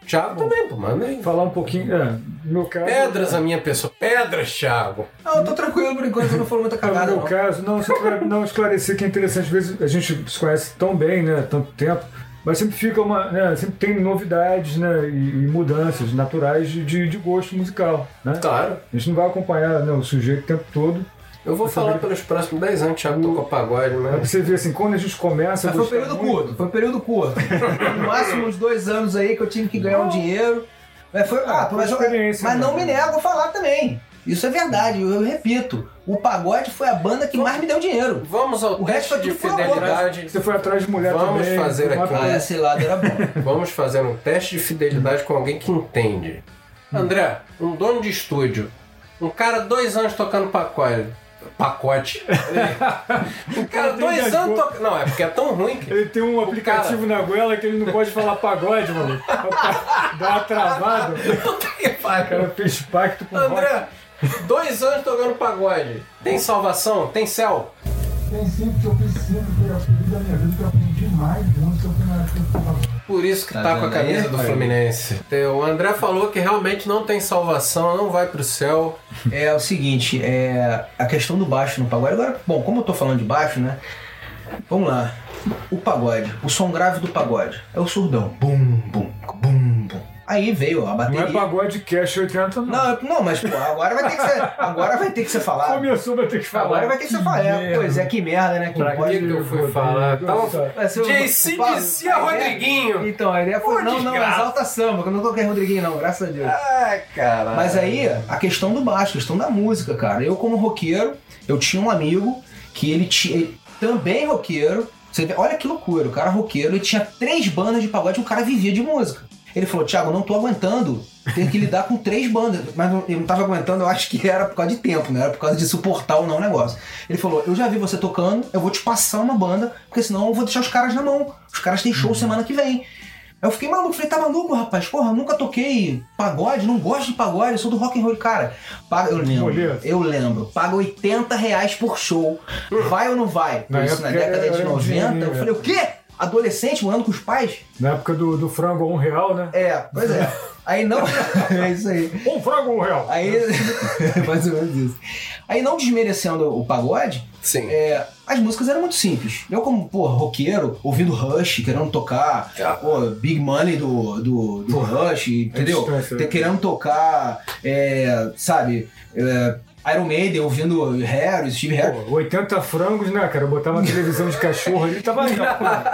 Thiago também, pô, manda aí.
Falar um pouquinho. É, no meu caso. é,
Pedras a minha pessoa. Pedras, Thiago.
Ah, eu tô tranquilo por enquanto, eu não falo muita
No
cagada,
meu
não.
caso, não, só pra não esclarecer que é interessante, às vezes a gente se conhece tão bem, né? Tanto tempo, mas sempre fica uma. né, sempre tem novidades, né? E, e mudanças naturais de, de, de gosto musical, né?
Claro.
A gente não vai acompanhar né, o sujeito o tempo todo.
Eu vou falar pelos próximos 10 anos, Thiago tocou pagode,
Aí
mas...
você vê assim, quando a gente começa. a
Mas foi um
gostar
período
muito-
curto, foi um período curto. No máximo uns dois anos aí que eu tive que ganhar um dinheiro. Mas foi. Ah,
foi
mas, eu-
experiência,
mas não
né?
me nego a falar também. Isso é verdade, eu, eu repito. O pagode foi a banda que mais me deu dinheiro.
Vamos ao
O
teste
resto foi
de
tudo fora,
fidelidade.
Você foi atrás de mulher
Vamos
também.
fazer
foi uma
aqui.
Ah,
coisa-
esse lado era bom.
Vamos fazer um teste de fidelidade com alguém que entende.
Hum.
André, um dono de estúdio, um cara dois anos tocando pacote. Pacote. um cara
tem
dois
das
anos
duas.
tocando. Não, é porque é tão ruim que.
Ele tem um aplicativo na goela que ele não pode falar pagode, mano. Dá uma travada. O
Puta que pariu.
cara fez pacto com o rock.
André, dois anos tocando pagode. Tem salvação? Tem céu?
Tem sempre que eu preciso ter a da minha vida que eu aprendi mais música que eu na época que eu tava
Por isso que tá,
Tá
com a
vendo aí,
camisa do
pai?
Fluminense. O André falou que realmente não tem salvação, não vai pro céu.
É o seguinte, é a questão do baixo no pagode. Agora, bom, como eu tô falando de baixo, né? Vamos lá. O pagode, o som grave do pagode é o surdão. Bum, bum, bum, bum. A Aí veio a
Não
bateria.
é pagode cash 80, não.
Não, não, mas pô, agora vai ter que ser, agora vai ter que ser falado.
Começou, vai ter que falar.
Agora vai ter que ser falado. É, pois é, que merda, né? Que
Pra
O que,
pode...
que eu fui
Rodrigo,
falar? Então,
Rodrigo,
Tava...
Vai ser o-
JC
Fala-
dizia
a ideia-
Rodriguinho.
Então, a ideia
Ô,
foi, não, não,
desgraça.
exalta samba, que eu não toquei Rodriguinho não, graças a Deus.
Ah, cara.
Mas aí, a questão do baixo, a questão da música, cara. Eu, como roqueiro, eu tinha um amigo que ele tinha. ele também é roqueiro. Você vê, olha que loucura, o cara roqueiro, ele tinha três bandas de pagode e o cara vivia de música. Ele falou, Thiago, eu não tô aguentando ter que lidar com três bandas. Mas não- ele não tava aguentando, eu acho que era por causa de tempo, né? Era por causa de suportar ou não o negócio. Ele falou, eu já vi você tocando, eu vou te passar uma banda, porque senão eu vou deixar os caras na mão. Os caras têm show semana que vem. Aí eu fiquei maluco, falei, tá maluco, rapaz? Porra, eu nunca toquei pagode, não gosto de pagode, eu sou do rock and roll. Cara, paga, eu lembro,
Moleza.
eu lembro, paga 80 reais por show. Vai ou não vai?
Na
Isso na
época
década de
era um
90, eu
dinheirinho,
falei, o quê? Adolescente morando com os pais?
Na época do, do frango a um real, né?
É, pois é. Aí não. é isso aí.
Um frango a um real.
Aí. mais ou menos isso. Aí não desmerecendo o pagode,
Sim.
é, as músicas eram muito simples. Eu, como, pô, roqueiro, ouvindo Rush, querendo tocar,
Ah.
pô, Big Money do, do, do Rush, entendeu?
distância, né?
Te- Querendo tocar, é, sabe, é, Iron Maiden, ouvindo Harris, Steve Harris.
Pô, 80 frangos, né, cara? Eu botava uma televisão de cachorro ali, tava né? ali,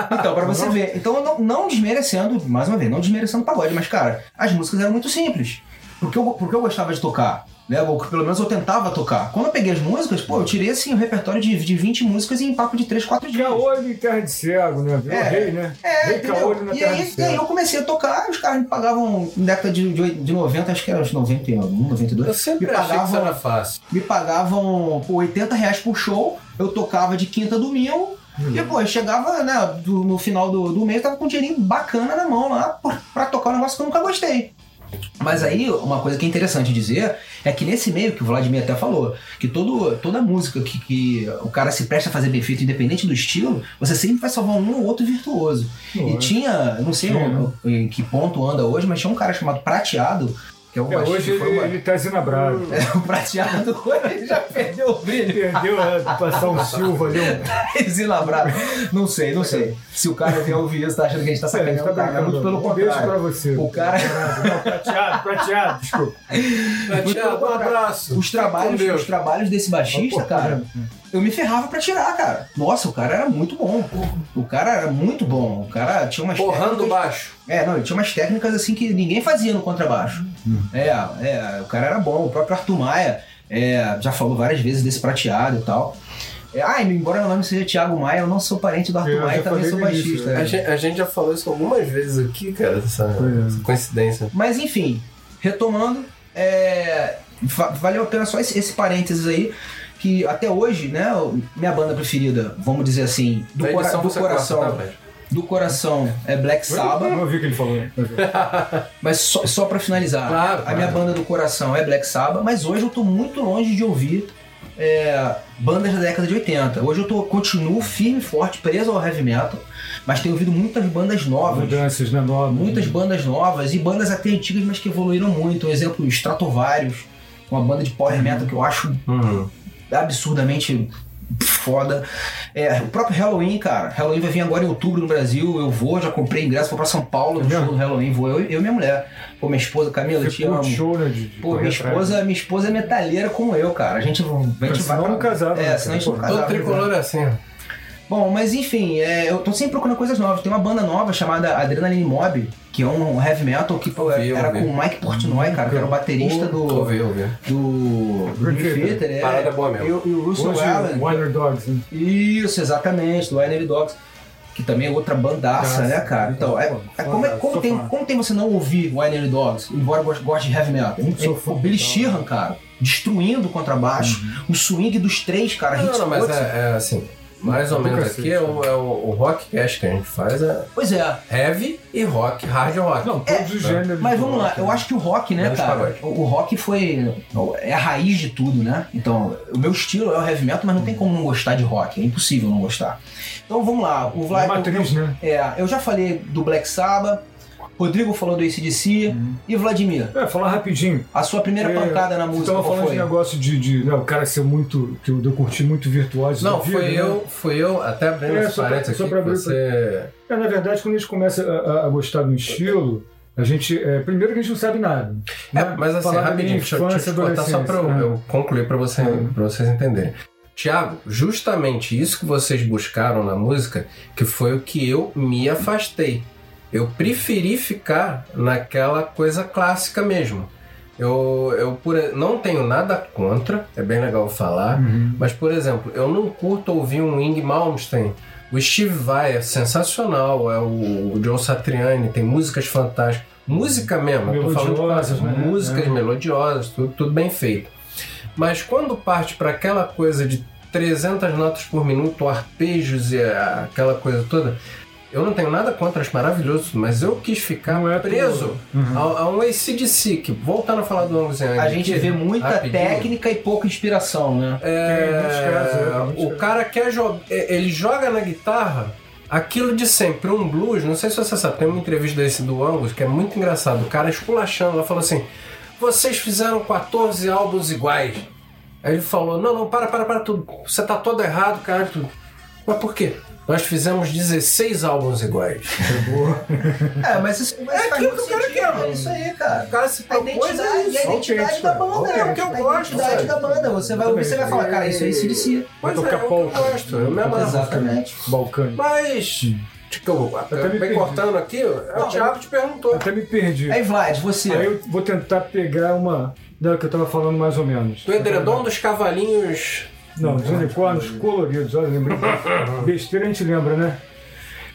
pô.
Então, pra você ver. Então, não, não desmerecendo, mais uma vez, não desmerecendo o pagode, mas, cara, as músicas eram muito simples. Porque eu, porque eu gostava de tocar, né? Ou pelo menos eu tentava tocar. Quando eu peguei as músicas, pô, eu tirei, assim, um repertório de, de 20 músicas em papo de 3, 4 dias.
Caolho em terra de cego, né? Virou
É.
rei, né?
É,
rei
entendeu?
caolho na
e
terra
aí,
de
e aí
cego.
eu comecei a tocar, os caras me pagavam na década de, de, oit- de 90, acho que era os 91, 92.
Eu sempre
me
achei que isso
pagavam,
era fácil.
me pagavam pô, 80 reais por show, eu tocava de quinta a domingo,
Uhum.
e pô, eu chegava né, do- no final do, do mês, eu tava com um dinheirinho bacana na mão lá pô, pra tocar um negócio que eu nunca gostei. Mas aí, uma coisa que é interessante dizer é que nesse meio, que o Vladimir até falou, que todo, toda música que, que o cara se presta a fazer bem feito, independente do estilo, você sempre vai salvar um ou outro virtuoso. E
Lógico.
tinha, não sei
Sim.
o- em que ponto anda hoje, mas tinha um cara chamado Prateado, que é um
É,
baixista
hoje
que foi
ele,
uma-
ele tá zinabrado.
é, o prateado hoje ele já perdeu o brilho.
Perdeu é, passar um Silva ali. Um...
Exilabrado. Não sei, não sei. Se o cara vier ouvir isso, tá achando que a gente tá sacaneando
tá
o cara. É
brincando.
muito pelo
Um beijo pra
contrário.
você.
O cara.
Não, prateado, prateado, desculpa.
Tiago, um abraço.
Os trabalhos,
Fica com Deus.
os trabalhos desse baixista,
Porra,
cara, eu me ferrava pra tirar, cara. Nossa, o cara era muito bom. O cara era muito bom. O cara tinha umas
Porrando
técnicas-
baixo.
É, não, ele tinha umas técnicas assim que ninguém fazia no contrabaixo.
Uhum.
É, é, o cara era bom. O próprio Arthur Maia é, já falou várias vezes desse prateado e tal. É, ah, embora meu nome seja Thiago Maia, eu não sou parente do Arthur
Eu
Maia
já
e também
falei
sou
no início,
baixista.
né?
né?
A gente, a gente já falou isso algumas vezes aqui, cara, essa,
Pois é.
essa coincidência.
Mas enfim, retomando, é, va- valeu a pena só esse, esse parênteses aí, que até hoje, né, o- minha banda preferida, vamos dizer assim, do,
Da
cora-
edição
do
você
coração,
corta, tá, velho?
do coração é Black
Eu
Sabbath,
não ouvi o que ele falou. né?
mas só, só para finalizar,
Claro,
a
claro.
minha banda do coração é Black Sabbath, mas hoje eu tô muito longe de ouvir é, bandas da década de 80. Hoje eu tô, continuo firme e forte, preso ao heavy metal, mas tenho ouvido muitas bandas novas.
Mudanças, né? Novas.
muitas bandas novas e bandas até antigas, mas que evoluíram muito. Um exemplo, Stratovarius, uma banda de power metal que eu acho
Uhum.
absurdamente foda. É, o próprio Halloween, cara. Halloween vai vir agora em outubro no Brasil. Eu vou, já comprei ingresso, vou pra São Paulo no
Entendeu?
show do Halloween. Vou eu, eu e minha mulher. Pô, minha esposa, Camila,
Você
te
curte
amo.
show, né? De, de
Pô, minha
correr atrás. né?
esposa, minha esposa é metalheira como eu, cara. A gente, a gente vai.
Senão não casava, né,
É,
cara?
senão a gente não
Pô,
casava. né?
Todo tricolor é assim. ó.
Bom, mas enfim, é, eu tô sempre procurando coisas novas. Tem uma banda nova chamada Adrenaline Mob, que é um heavy metal que pô,
Ouvi,
era
ouvi.
com o Mike Portnoy, cara, que era o baterista do.
Ouvi, ouvi.
Do. Do
Dream Theater.
Theater, é.
Parada boa mesmo.
E, o- e o Russell
Hoje,
Allen.
Winer Dogs, né?
Isso, exatamente, do Enemy Dogs. Que também é outra bandaça,
Nossa,
né, cara? Então, é, é como, é- como
sou
tem,
fã.
como tem você não ouvir o Enemy Dogs, embora goste- goste de heavy metal?
Sou
É,
fã. então.
o Billy Sheehan, cara, destruindo o contrabaixo,
Uhum.
o swing dos três, cara,
Não,
hits
não, mas
todos.
é, é assim. Mais ou
Nunca
menos
sei,
aqui é o, é o, o rock cast que a gente faz é
Pois é,
heavy e rock, hard rock.
Não, todos os gêneros.
Mas
do
vamos lá,
rock,
eu
né?
acho que o rock, né,
Menos
cara?
pagode.
O o rock foi. é a raiz de tudo, né? Então, o meu estilo é o heavy metal, mas não tem como não gostar de rock. É impossível não gostar. Então vamos lá, o
É
Vlad.
matriz, né?
É, eu já falei do Black Sabbath, Rodrigo falou do ACDC. E Vladimir,
É, falar rapidinho.
a sua primeira
É,
pancada na música
Tava
qual
falando
foi?
de negócio de, de né, o cara ser muito. que eu, eu curti muito virtuoso.
Não,
da vida,
foi
né?
eu, foi eu, até abrindo
É,
esse
só pra-
parênteses
só
aqui,
pra
que
abrir
você...
É, na verdade, quando a gente começa a, a- a gostar de um estilo, A gente, é, primeiro que a gente não sabe nada.
É,
né?
mas assim,
Falar da
rapidinho,
minha
deixa, eu- deixa eu te cortar só pra eu,
adolescência, né?
eu concluir pra, você, pra vocês entenderem. Tiago, justamente isso que vocês buscaram na música, que foi o que eu me afastei. Eu preferi ficar naquela coisa clássica mesmo. Eu, eu por- não tenho nada contra, é bem legal falar, mas por exemplo, eu não curto ouvir um Ing Malmsteen. O Steve Vai é sensacional, é o, o John Satriani, tem músicas fantásticas. Música mesmo, eu tô falando de
Melodiosas,
coisas,
né?
músicas
É.
melodiosas, tudo, tudo bem feito. Mas quando parte para aquela coisa de 300 notas por minuto, arpejos e a- aquela coisa toda, eu não tenho nada contra, acho maravilhoso, mas eu quis ficar
Não é
preso a, a um ACDC, que voltando a falar do Angus Young
A gente
aqui,
vê muita
rapidinho.
técnica e pouca inspiração, né?
Tem muitos casos, é, tem
É,
muitos
o
casos.
cara quer jogar. é, Ele joga na guitarra aquilo de sempre, um blues. Não sei se você sabe, tem uma entrevista desse do Angus que é muito engraçado. O cara esculachando, ela falou assim: Vocês fizeram 14 álbuns iguais. Aí ele falou: Não, não, para, para, para tudo. Você tá todo errado, cara. Tudo. Mas por quê? Nós fizemos 16 álbuns iguais.
É, mas isso mas
É
faz
aquilo
muito
que o cara
sentido,
quer, mano.
É isso aí, cara.
O cara se
A
propôs a
identidade,
é isso.
a identidade
Autêntico,
da banda,
autêntico,
né?
que eu
a
gosto, sabe?
identidade da banda. Você vai ouvir, você vai
Exatamente.
falar, cara, isso aí se inicia.
Pois é,
Tocar
é o que eu
polka.
gosto. Eu me amarro.
Exatamente.
Balcânico.
Mas, tipo,
Hum. até me
bem
perdi.
cortando aqui, o Thiago te perguntou.
Até me perdi.
É
Aí, Vlad, você.
Aí eu vou tentar pegar uma da que eu tava falando mais ou menos.
Do edredom é dos cavalinhos.
Não, os unicórnios coloridos, olha, lembrei. Besteira a gente lembra, né?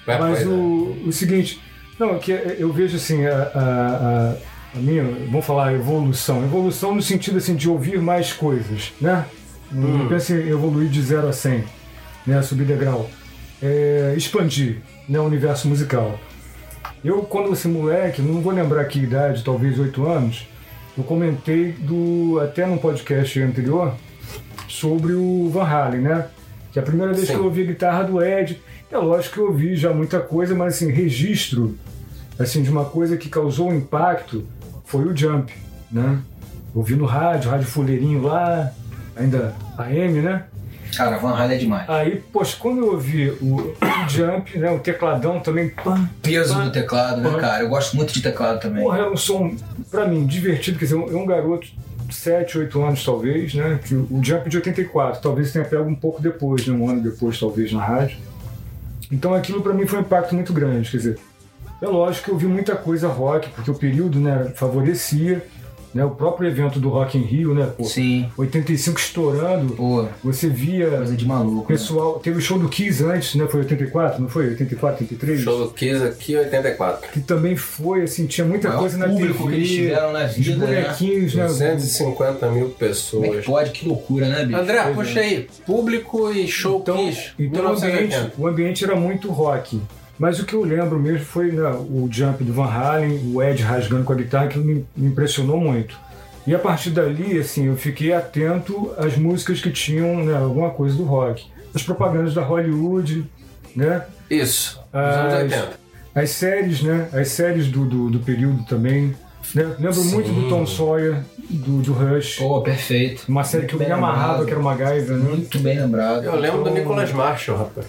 é.
Mas o, o seguinte, não, que eu vejo assim, a, a- a- a minha, vamos falar, evolução. Evolução no sentido assim, de ouvir mais coisas, né? Não pensa em evoluir de 0 a 100, né? Subir degrau. É, expandir né, o universo musical. Eu, quando você moleque, não vou lembrar que idade, talvez 8 anos, eu comentei do até num podcast anterior sobre o Van Halen, né? Que a primeira vez
Sim.
que eu ouvi a guitarra do Ed, é lógico que eu ouvi já muita coisa, mas assim, registro assim de uma coisa que causou um impacto foi o Jump, né? Ouvi no rádio, rádio fuleirinho lá, ainda AM, né?
Cara, Van Halen é demais.
Aí, poxa, quando eu ouvi o Jump, né, o tecladão também, pam,
Peso do teclado, né,
Porra.
cara? Eu gosto muito de teclado também.
Porra, é um som, pra mim, divertido. Quer dizer, é um garoto de 7, 8 anos, talvez, né? Que o Jump de 84, talvez tenha pego um pouco depois, né? um ano depois, talvez, na rádio. Então aquilo pra mim foi um impacto muito grande. Quer dizer, é lógico que eu vi muita coisa rock, porque o período né, favorecia. Né, o próprio evento do Rock in Rio, né? Pô,
Sim.
85 estourando,
Pô,
você via
coisa de
o
maluco. né?
pessoal. Teve o show do Kiss antes, né? Foi 84, não foi? 84, 83?
Show do Kiss aqui, 84.
que também foi, assim, tinha muita
Maior
coisa na
público
TV.
que eles tiveram na
os
vida, né?
bonequinhos, né?
250 mil
Como é
pessoas.
que pode? Que loucura, né, bicho?
André, puxa aí. Público e show
Então,
Kiss.
então o, ambiente,
1980.
o ambiente era muito rock. Mas o que eu lembro mesmo foi né, o jump do Van Halen, o Ed rasgando com a guitarra, que me me impressionou muito. E a partir dali, assim, eu fiquei atento às músicas que tinham né, alguma coisa do rock. As propagandas da Hollywood, né?
Isso. Dos
Ah,
anos
isso.
80.
As séries, né? As séries do, do, do período também. né? Lembro muito do Tom Sawyer, do, do Rush.
Pô, perfeito.
Uma série que eu me amarrava, que era uma gaiva, né?
Muito bem lembrado.
Eu lembro
então-
do Nicolas Marshall, rapaz.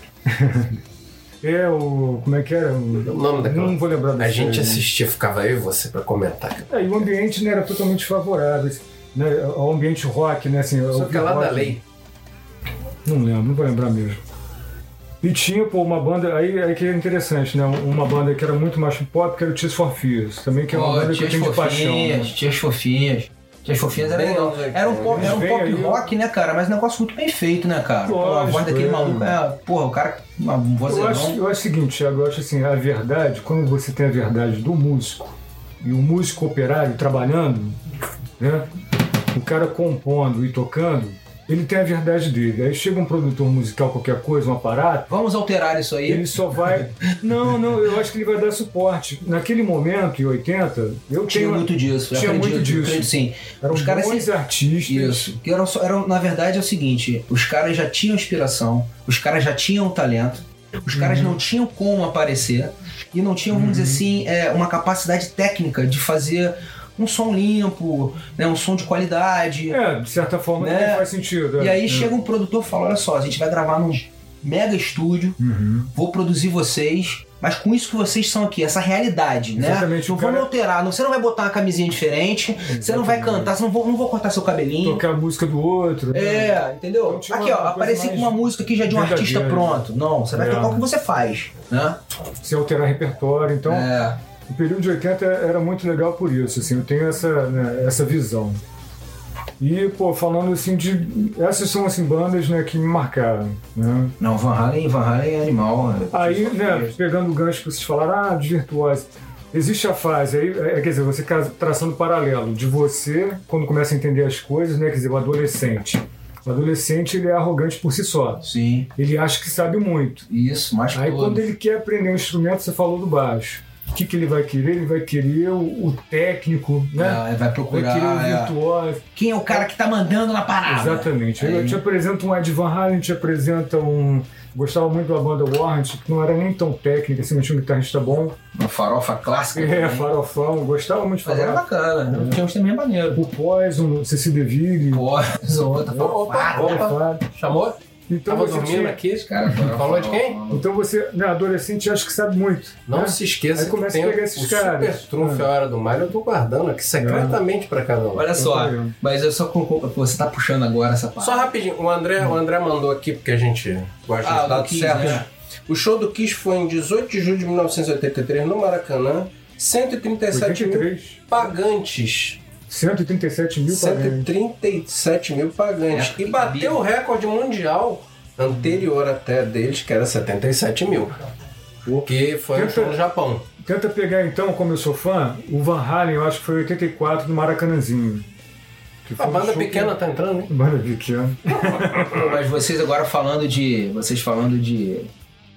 É o. Como é que era?
O nome daquela.
Não vou lembrar da
A gente
série. né?
assistia, ficava eu e você pra comentar.
É, e o ambiente né, era totalmente favorável. assim, Né, ao ambiente rock, né? Assim,
Só
ao
que é lá
rock.
da lei.
Não lembro, não vou lembrar mesmo. E tinha, pô, uma banda. Aí, aí que é interessante, né? Uma banda que era muito mais pop, que era o Tears for Fears. Também que é uma
Pô,
banda que eu
tias
tenho de paixão. né?
fofinhas, tias fofinhas. Tias fofinhas era
Bem
legal.
anos
Era um pop, era um
Eles
pop
vêm aí,
rock, né, cara? Mas um negócio muito bem feito, né, cara? Pô, a voz
Lógico,
daquele
é.
maluco é. Porra, o cara. Uma
Eu acho,
vozeirão.
eu acho o seguinte, Thiago, eu acho assim, a verdade, quando você tem a verdade do músico e o músico operário trabalhando, né? O cara compondo e tocando, ele tem a verdade dele. Aí chega um produtor musical, qualquer coisa, um aparato,
Vamos alterar isso aí.
ele só vai. Não, não, eu acho que ele vai dar suporte. Naquele momento, em 80, eu
Tinha
tinha.
muito disso, eu
tinha
acredito,
muito disso.
acredito sim.
Eram
Os caras
bons
se-
artistas.
Isso. Que eram, só- eram, na verdade é o seguinte: os caras já tinham inspiração, os caras já tinham talento, os
Uhum.
caras não tinham como aparecer e não tinham, vamos dizer assim, é, uma capacidade técnica de fazer um som limpo, né, um som de qualidade.
É, de certa forma,
Né?
não faz sentido. é.
E aí
É.
chega um
Uhum.
produtor e fala: olha só, a gente vai gravar num mega estúdio, vou produzir vocês, Mas com isso que vocês são aqui, essa realidade, né?
Exatamente, o
Não vamos
cara-
alterar, não, você não vai botar uma camisinha diferente, você não vai cantar, você não vou, não vou cortar seu cabelinho.
É. Tocar a música do outro. né?
É, entendeu?
Então, tinha
Aqui,
uma
ó,
coisa
apareci com
mais
uma música aqui já de um artista
verdadeira.
pronto. Não, você vai
É.
tocar o que você faz, né?
Se alterar repertório. Então,
É.
o período de 80 era muito legal por isso, assim, eu tenho essa, né, essa visão. E, pô, falando assim de. Essas são assim, bandas né, que me marcaram. Né?
Não, Van Halen, Van Halen é animal. né?
Aí, né, pegando o gancho que vocês falaram, ah, de virtuose. Existe a fase aí, é, quer dizer, você casa- traçando paralelo de você, quando começa a entender as coisas, né? Quer dizer, o adolescente. O adolescente ele é arrogante por si só.
Sim,
Ele acha que sabe muito.
isso, mais que
Aí quando
todos.
ele quer aprender um instrumento, você falou do baixo. O que, que ele vai querer? Ele vai querer o, o técnico, né?
É, vai
vai
procurar.
querer o
é.
virtuoso.
Quem é o cara que tá mandando na parada?
Exatamente. Eu
Aí.
te apresento um Ed Van Halen, te apresenta um... Gostava muito da banda Warrant, que não era nem tão técnica, assim, mas tinha um guitarrista bom.
Uma farofa clássica.
É,
também.
farofão, gostava muito de
Mas era
falar.
bacana. Tinha uns também é maneiro.
O Poison, CC DeVille, É
Poison, outra
Opa,
farofada.
opa.
Fábio.
Chamou?
Então
Tava
você,
dormindo
tinha,
aqui, esse cara.
Cara, é farofa,
Falou de quem?
farofa.
então você, né, adolescente, acha que sabe muito.
Não
né?
se esqueça
Aí começa
que
a
tem
pegar
o
esses caras. Ah.
super trunfo e a hora do mar. Eu tô guardando aqui secretamente pra cada um.
Olha só,
tô vendo.
mas eu só com- com- você tá puxando agora essa parte.
Só rapidinho, o André, o André mandou aqui, porque a gente gosta
Ah,
de
do
dados
Kiss,
certos.
né?
O show do Kiss foi em 18 de julho de 1983 no Maracanã. 137
83.
mil pagantes.
137 mil pagantes.
137 mil
É,
pagantes.
porque
e bateu
cabia.
o recorde mundial anterior até deles, que era 77 mil. O que foi um
Tenta-
show no Japão.
Tenta pegar então, como eu sou fã, o Van Halen, eu acho que foi 84 no Maracanãzinho. Que foi
A
um
banda
show que-
pequena tá entrando, hein?
Banda pequena.
Mas vocês agora falando de. Vocês falando de.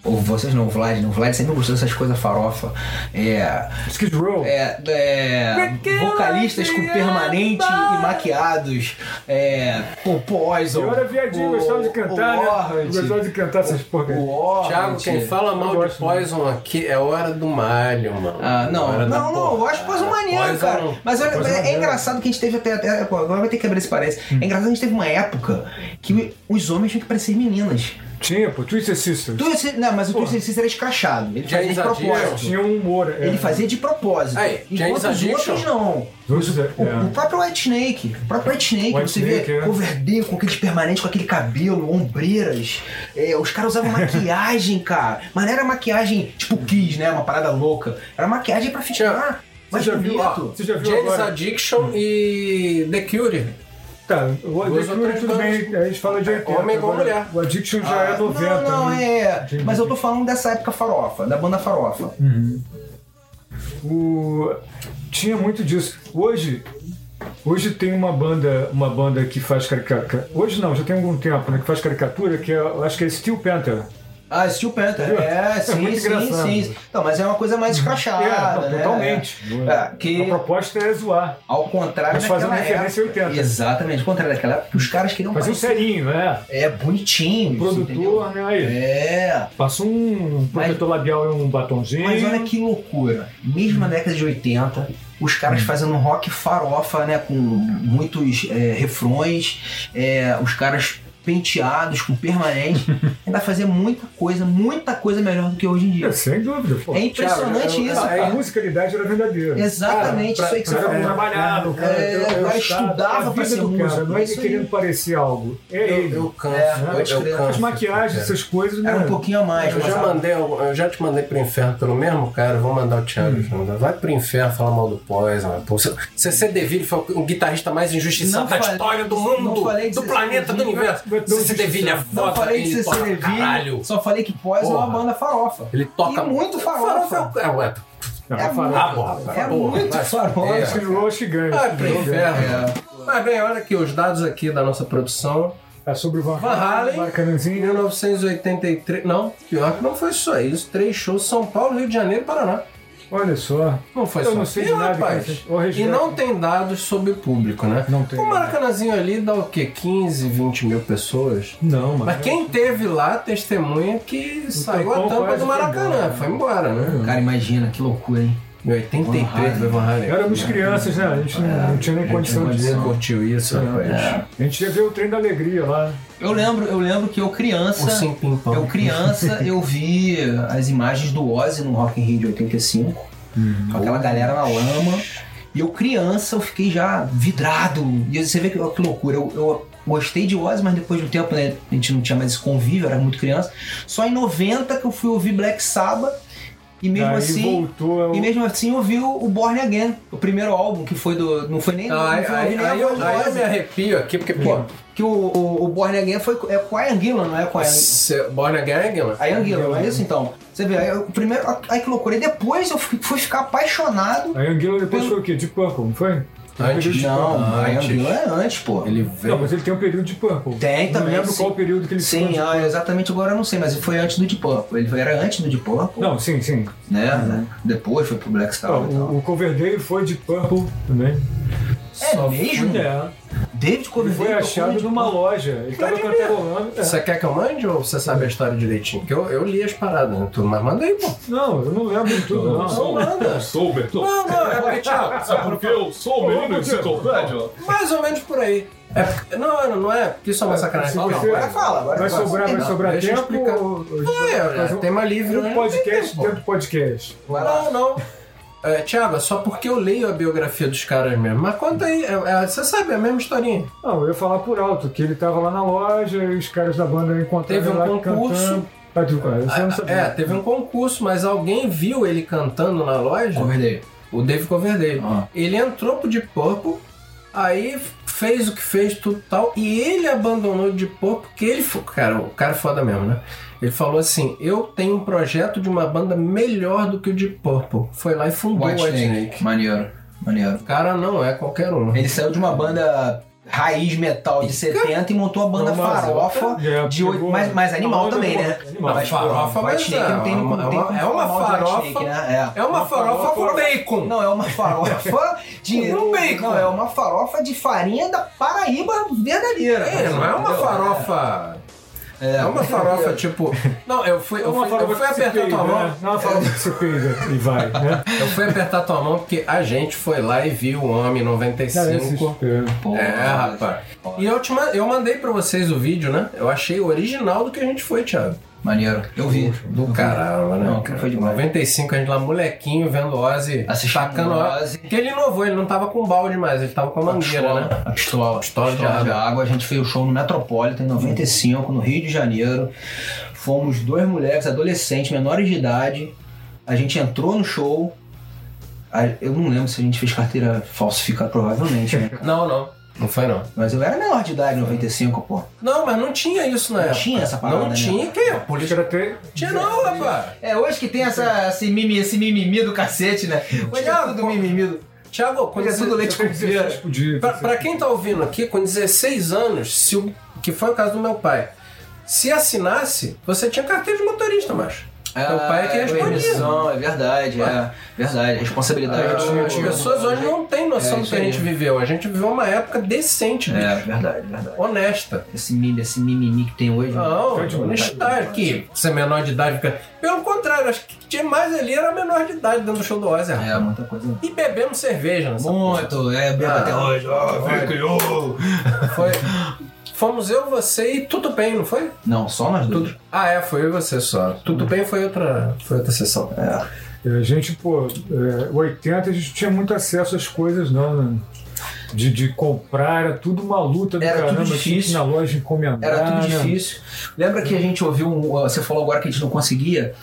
Ou vocês não, o Vlad, não. O Vlad sempre gostou dessas coisas farofa. É.
Skid Row.
é, é, vocalistas com permanente e maquiados. É. Pô, Poison.
Eu era viadinho,
o-
gostava de cantar,
o
né?
Warrant,
Gostava de cantar essas porcas.
O Warrant.
Thiago, quem fala mal de
gosto, né?
Poison aqui é hora do malho, mano.
Ah, não,
Hora da
não, não, eu
porra.
acho Poison maneiro,
Poison-
cara. Mas olha,
Poison
é, é
maneiro.
engraçado que a gente teve até. até- pô, agora vai ter que abrir esse parênteses. É engraçado que a gente teve uma época que os homens tinham que parecer meninas.
Tinha, pô, Twister Sisters.
Tu, esse- não, mas o
Pô.
Twisted Sister era escrachado. Ele fazia
James
de
Addiction.
propósito.
Tinha um humor. é.
Ele fazia de propósito.
Aí,
Enquanto
James
os
Addiction.
outros não.
Os outros,
o,
é.
o próprio White Snake. O próprio White Snake,
White
você
Snake,
vê
é.
Coverdale com aqueles permanentes, com aquele cabelo, ombreiras. É, os caras usavam maquiagem, cara. Mas não era maquiagem tipo Kiss, né? Uma parada louca. Era maquiagem pra ficar. Mas
já viu, ó,
bonito.
Você já viu
James
agora?
Addiction e The Cure.
Tá, o Addiction
outras
tudo bem, a gente
É,
fala de 80.
Homem com
agora
mulher.
O Addiction já é 90.
Não, Ah, não,
né?
é.
James
Mas eu tô falando dessa época farofa, da banda farofa.
O... Tinha muito disso. Hoje, hoje tem uma banda, uma banda que faz caricatura. Hoje não, já tem algum tempo, né? Que faz caricatura, que é, eu acho que é Steel Panther.
Ah, Steel Panther.
Entendeu?
É,
É
sim,
muito
sim,
engraçado.
sim. Não, mas é uma coisa mais escrachada,
é,
né?
totalmente.
É,
A
que
proposta é zoar.
ao contrário
Mas fazendo
daquela
referência
época-
a 80.
Exatamente, ao contrário daquela época, que os caras queriam
Fazer um
parecer-
serinho, né?
É, bonitinhos. entendeu?
Produtor, né? Aí,
É.
Passa um protetor labial e um batonzinho.
Mas olha que loucura. Mesmo na década de 80, os caras fazendo um rock farofa, né? Com muitos é, refrões, é, os caras penteados, com permanente. ainda fazia muita coisa, muita coisa melhor do que hoje em
É,
dia.
sem dúvida, pô.
É impressionante
Thiago, eu-
isso,
eu-
A
cara.
musicalidade era verdadeira.
Exatamente,
Cara,
isso aí que
O
você
cara
falou.
trabalhava, o cara,
É,
era- era
o cara
estudado.
estudava
a
pra
vida
ser
do
músico,
cara, não é
isso
ele
aí.
querendo parecer algo. É
Eu,
ele.
eu canso,
É,
eu,
pode
eu
crer.
canso.
As maquiagens,
cara.
essas coisas, né?
Era um pouquinho a mais,
é. Eu
mas
já, mandei, eu já te mandei pro inferno pelo mesmo cara, eu vou mandar o Thiago. Hum. Vai pro inferno falar mal do Poison. pô. CC DeVille foi o guitarrista mais
Não
injustiçado da
falei-
história do
não
mundo,
falei de
do
CC
planeta, do
DeVille,
universo.
vai- um vai-
CC
não,
DeVille é
não
foda,
falei de
ele toca
CC
caralho.
Deville, só falei que Poison é uma
Porra.
banda farofa.
Ele toca
E muito farofa.
é o- É, ué,
Não,
É
eu falo,
Ah, porra,
É
porra,
muito
vai-
farofa. É.
É.
Skid Row acho que ganha.
Ah,
Skid
pro
Row ganha.
inferno. Mas bem, olha aqui os dados aqui da nossa produção.
É sobre o Van né?
Van Halen, Em
Maracanãzinho.
1983. Não, pior que não foi só isso. Três shows: São Paulo, Rio de Janeiro e Paraná.
Olha só.
Não foi
Eu
só
não sei de
Ih,
nada,
rapaz.
cara. Eu respeito.
E não tem dados sobre o público, né?
Não tem.
O Maracanãzinho ali dá o quê? 15, 20 mil pessoas?
Não, mano.
Mas quem teve lá testemunha que saiu a
tampão
tampa
quase
do
foi
Maracanã.
embora, né?
Foi embora, né?
Cara, imagina, que loucura, hein?
Em 83, Van Halen.
é.
Éramos crianças, né? A gente não, não tinha nem condição
Você
disso.
curtiu isso, rapaz?
A gente ia ver o trem da alegria lá.
Eu lembro, eu lembro que eu
Por
criança.
sim, pimpão.
Eu criança, eu vi as imagens do Ozzy no Rock in Rio de 85.
Uhum.
Com aquela galera na lama. E eu criança, eu fiquei já vidrado. E você vê que, que loucura. Eu, eu gostei de Ozzy, mas depois de um tempo, né, a gente não tinha mais esse convívio, eu era muito criança. Só em 90 que eu fui ouvir Black Sabbath. E mesmo
Daí
assim,
voltou. ao-
E mesmo assim eu vi o Born Again, o primeiro álbum, que foi do. Não foi nem.
Ah,
não
aí,
foi,
aí,
nem a
aí eu,
voz do
aí eu
Ozzy.
me arrepio aqui, porque, pô,
Que o, o, o Born Again foi. É com a Ian Gillan, não é com a Ian
se- Born Again, Gillan?
a Ian Gillan, não é isso então? Você vê, aí, o primeiro. Aí que loucura. E depois eu fui, fui ficar apaixonado.
A Anguila depois
Pelo-
foi o quê? De Purple, não foi? Tem um
Antes,
período de Purple.
Não, a Ian
Antes.
Gillan é antes, pô.
Ele
Não,
veio.
mas ele tem um período de Purple.
Tem também.
Não lembro
sim.
qual período que ele
Sim,
ficou.
ah, exatamente agora eu não sei, mas foi antes do Deep Purple. Ele era antes do Deep Purple,
Não, sim, sim.
né, né? Depois foi pro Black
Ah,
Sabbath e tal.
o, o Coverdale foi de Purple também.
É mesmo?
É.
David
Ele
Coverdale
foi
tocou
achado
no
numa
Deep
loja. Ele tava cantarolando. é.
Você quer que eu mande ou você sabe a história direitinho? Porque eu, eu li as paradas, né? Tudo, mas manda aí, pô.
Não, eu não lembro de tudo, não.
Não manda.
Sou o Bertoldo.
Não, não, é porque, Thiago,
Sabe por que eu sou o menino de Ciclopédia?
mais ou menos por aí. É porque- não, não, não é, porque isso é uma sacanagem.
Se
Não,
você-
não,
Agora fala, agora é
Vai
fala.
sobrar, vai
Não,
sobrar
deixa eu
tempo.
explicar.
ou- ou-
é,
faz
é
um-
tema livre.
um
né?
podcast
Não tem,
dentro do podcast.
pô. Não, não. É, Thiago, é só porque eu leio a biografia dos caras mesmo. Mas conta aí, é- é, você sabe, é a mesma historinha.
Não, eu ia falar por alto, que ele tava lá na loja e os caras da banda encontraram
Teve um
ele lá
concurso.
cantando. Ah, tu, cara, você não sabia.
É, teve um concurso, mas alguém viu ele cantando na loja,
Coverdale.
o Dave Coverdale.
Ah.
Ele entrou pro Deep Purple, aí fez o que fez, tudo tal, e ele abandonou o Deep Purple porque ele, fo- cara, o cara é foda mesmo, né? Ele falou assim: "Eu tenho um projeto de uma banda melhor do que o Deep Purple". Foi lá e fundou o
White
Snake.
Snake. Maneiro, maneiro.
Cara, não é qualquer um.
Ele saiu de uma banda raiz metal de 70 e montou a banda
Não, mas-
farofa
É,
de oito,
pegou-
mas, mas animal
Não,
também,
não,
né?
animal.
Mas farofa, mas
Whitesnake
é,
não tem como-
é
não tem
uma-
como
é uma
falar mal de Whitesnake,
farofa-
né? É.
É uma farofa com bacon.
Não, é uma farofa de.
Com bacon.
Não, é uma farofa de farinha da Paraíba verdadeira.
É, não é uma
Entendeu?
farofa. É, uma farofa tipo. Não, eu fui, eu
É Uma
fui, eu
farofa
fui
que se
apertar
peida,
tua mão.
né? Não é uma farofa que se peida e vai, né?
Eu fui apertar tua mão porque a gente foi lá e viu o Homem
Cara, esses-
95.
é.
Pô,
É, rapaz. E eu, te, ma- eu mandei pra vocês o vídeo, né? Eu achei o original do que a gente foi, Thiago.
Maneiro. Eu vi.
Do caramba, né?
Uhum. Não,
cara?
foi demais.
95, a gente lá, molequinho, vendo Ozzy,
Assistindo
tacando
Ozzy.
Porque ele inovou, ele não tava com balde mais, ele tava com a
A
mangueira,
pistola,
né?
a pistola, a
Pistola de água.
de água. A gente fez o show no Metropolitan em 95, no Rio de Janeiro. Fomos dois moleques, adolescentes, menores de idade. A gente entrou no show. A- Eu não lembro se a gente fez carteira falsificada, provavelmente, né? cara?
Não, não. Não foi, não.
Mas eu era menor de idade em 95, pô.
Não, mas não tinha isso na
Não
época.
tinha essa parada,
Não
né?
tinha, que? A
Acho
polícia
que era até-
Tinha não, rapaz.
É hoje que tem essa, esse, mimimi, esse mimimi do cacete, né? Hoje é
Tiago,
tudo
pô.
mimimi. do-
Tiago, quando
Hoje é tudo
você-
leite
até
com
16
pera.
podia,
Pra, pra quem tá ouvindo aqui, com 16 anos, se o, que foi o caso do meu pai, se assinasse, você tinha carteira de motorista, macho. Teu pai é que
é
respondia.
permissão, é verdade, é verdade. Responsabilidade.
Ah,
do-
As pessoas hoje não têm noção
É,
do
isso
que a gente
aí.
viveu. A gente viveu uma época decente,
É,
bicho.
verdade, verdade.
honesta.
Esse mimimi, esse mimimi que tem hoje. né?
Não, tipo um
Foi de
honestidade. Que ser menor de idade fica. Pelo contrário, acho que tinha mais ali era menor de idade dentro do show do Ozzy. rapaz.
É, muita coisa.
E bebemos cerveja né? nessa porra.
Muito, é, bebo
Ah.
até hoje. ó, vem
Olha.
criou.
Foi. Fomos eu, você e tudo bem, não foi?
Não, só nós dois.
Tudo... Ah, é, foi eu e você só. Tudo bem foi outra, foi outra sessão.
A gente, pô, é, 80 a gente tinha muito acesso às coisas, não, né? De, de comprar, era tudo uma luta do
Era tudo
caramba, tinha que ir
difícil.
na loja encomendar.
Era tudo
né?
difícil. Lembra que a gente ouviu, um- você falou agora que a gente não conseguia?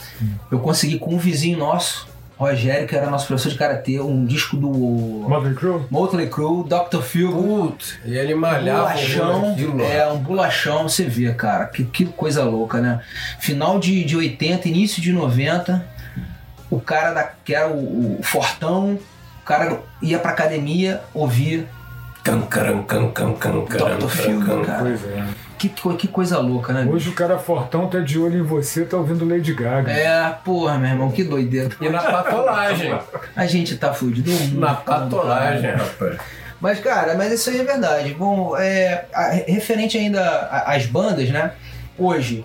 Eu consegui com um vizinho nosso, Rogério, que era nosso professor de karatê, um disco do
Motley Crue?
Motley Crue, Dr. Phil,
Putz, e ele malhava
bolachão.
aquilo.
É, um bolachão, você vê, cara. Que, que coisa louca, né? Final de, de 80, início de 90, o cara da, que era o, o fortão, o cara ia pra academia ouvir
Cam, caram, cam, cam, cam, caram,
Dr. Phil,
cam, cam.
cara.
Pois é.
Que, co- que coisa louca, né? bicho?
Hoje o cara fortão tá de olho em você, tá ouvindo Lady Gaga.
É, porra, meu irmão, que doideira.
E na patolagem.
A gente tá fudido.
na
muito, cara.
patolagem, rapaz.
Mas, cara, mas isso aí é verdade. Bom, é, a- referente ainda a- às bandas, né? Hoje,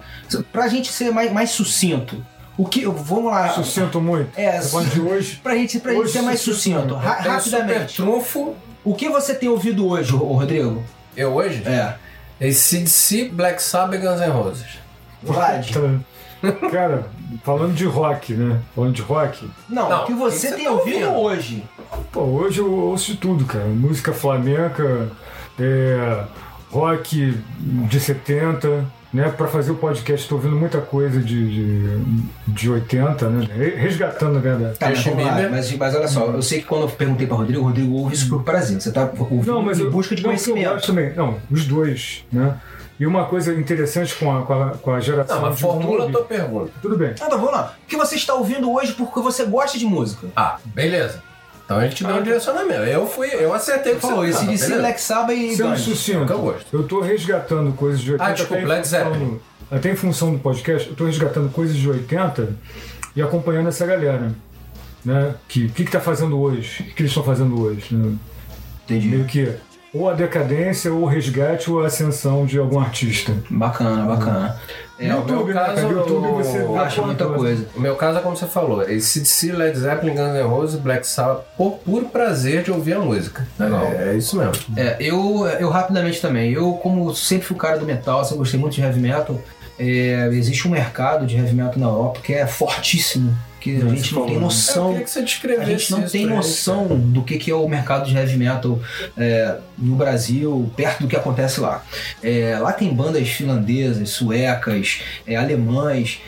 pra gente ser mais, mais sucinto, o O que. Vamos lá.
Sucinto muito.
É,
Tá falando de hoje.
Pra gente, pra gente
Hoje
ser mais
sucinto.
sucinto, ra-
Tem o super
rapidamente.
trunfo.
O que você tem ouvido hoje, ô Rodrigo?
Eu hoje?
É.
ACDC, Black Sabbath e Guns N' Roses.
Vlad.
Tá. Cara, falando de rock, né? Falando de rock,
Não,
Não,
o que
o que
você
você
tem
tá
ouvido
ouvindo?
hoje.
Pô, hoje eu ouço de tudo, cara. Música flamenca, é, rock de 70, né? Pra fazer o podcast, tô ouvindo muita coisa de, de, de 80, né? Re- Resgatando, né, na verdade.
Tá, mas,
Justin
vamos lá,
Bieber.
mas, mas olha só, eu sei que quando eu perguntei pra Rodrigo, o Rodrigo ouve isso por prazer. Você tá ouvindo
Não, mas
em
eu-
busca de
não, porque Eu
conhecimento.
gosto também. Não, os dois, né? E uma coisa interessante com a, com a, com a geração.
Não, mas
de
formula a
nuvem-
tua pergunta.
Tudo bem.
Ah, tá, vamos lá. O que você está ouvindo hoje porque você gosta de música?
Ah, beleza. Então a gente deu um direcionamento. Eu fui, eu acertei o que
Falou,
você tá
esse
tava,
de si,
beleza?
Black Sabbath e
Sendo
Guns.
sucinto,
eu gosto.
eu tô resgatando coisas de 80.
Ah, desculpa,
até em
Led
função
Zeppelin.
do- Até em função do podcast, eu tô resgatando coisas de 80 e acompanhando essa galera. Né? Que o que, que tá fazendo hoje? O que, que eles estão fazendo hoje? né?
Entendi.
Meio que ou a decadência, ou o resgate, ou a ascensão de algum artista.
Bacana, bacana. É,
Não,
eu
meu
YouTube, né, cara?
caso,
YouTube
eu
você
acho
dá
acho
conta,
muita
né?
coisa.
O meu caso é como você falou, ACDC, Led Zeppelin, Guns N' Roses, Black Sabbath, por puro prazer de ouvir a música.
Legal.
É, é isso mesmo.
É, eu, eu rapidamente também. Eu, como sempre fui o cara do metal, sempre gostei muito de heavy metal. é, existe um mercado de heavy metal na Europa que é fortíssimo, que a
Não,
gente
você
não
falou,
tem
né?
eu
noção.
queria É, que você
A
descrevesse
gente não
isso
tem
pra gente,
noção do que, que é o mercado de heavy metal é, no Brasil, perto do que acontece lá. É, lá tem bandas finlandesas, suecas, é, alemãs,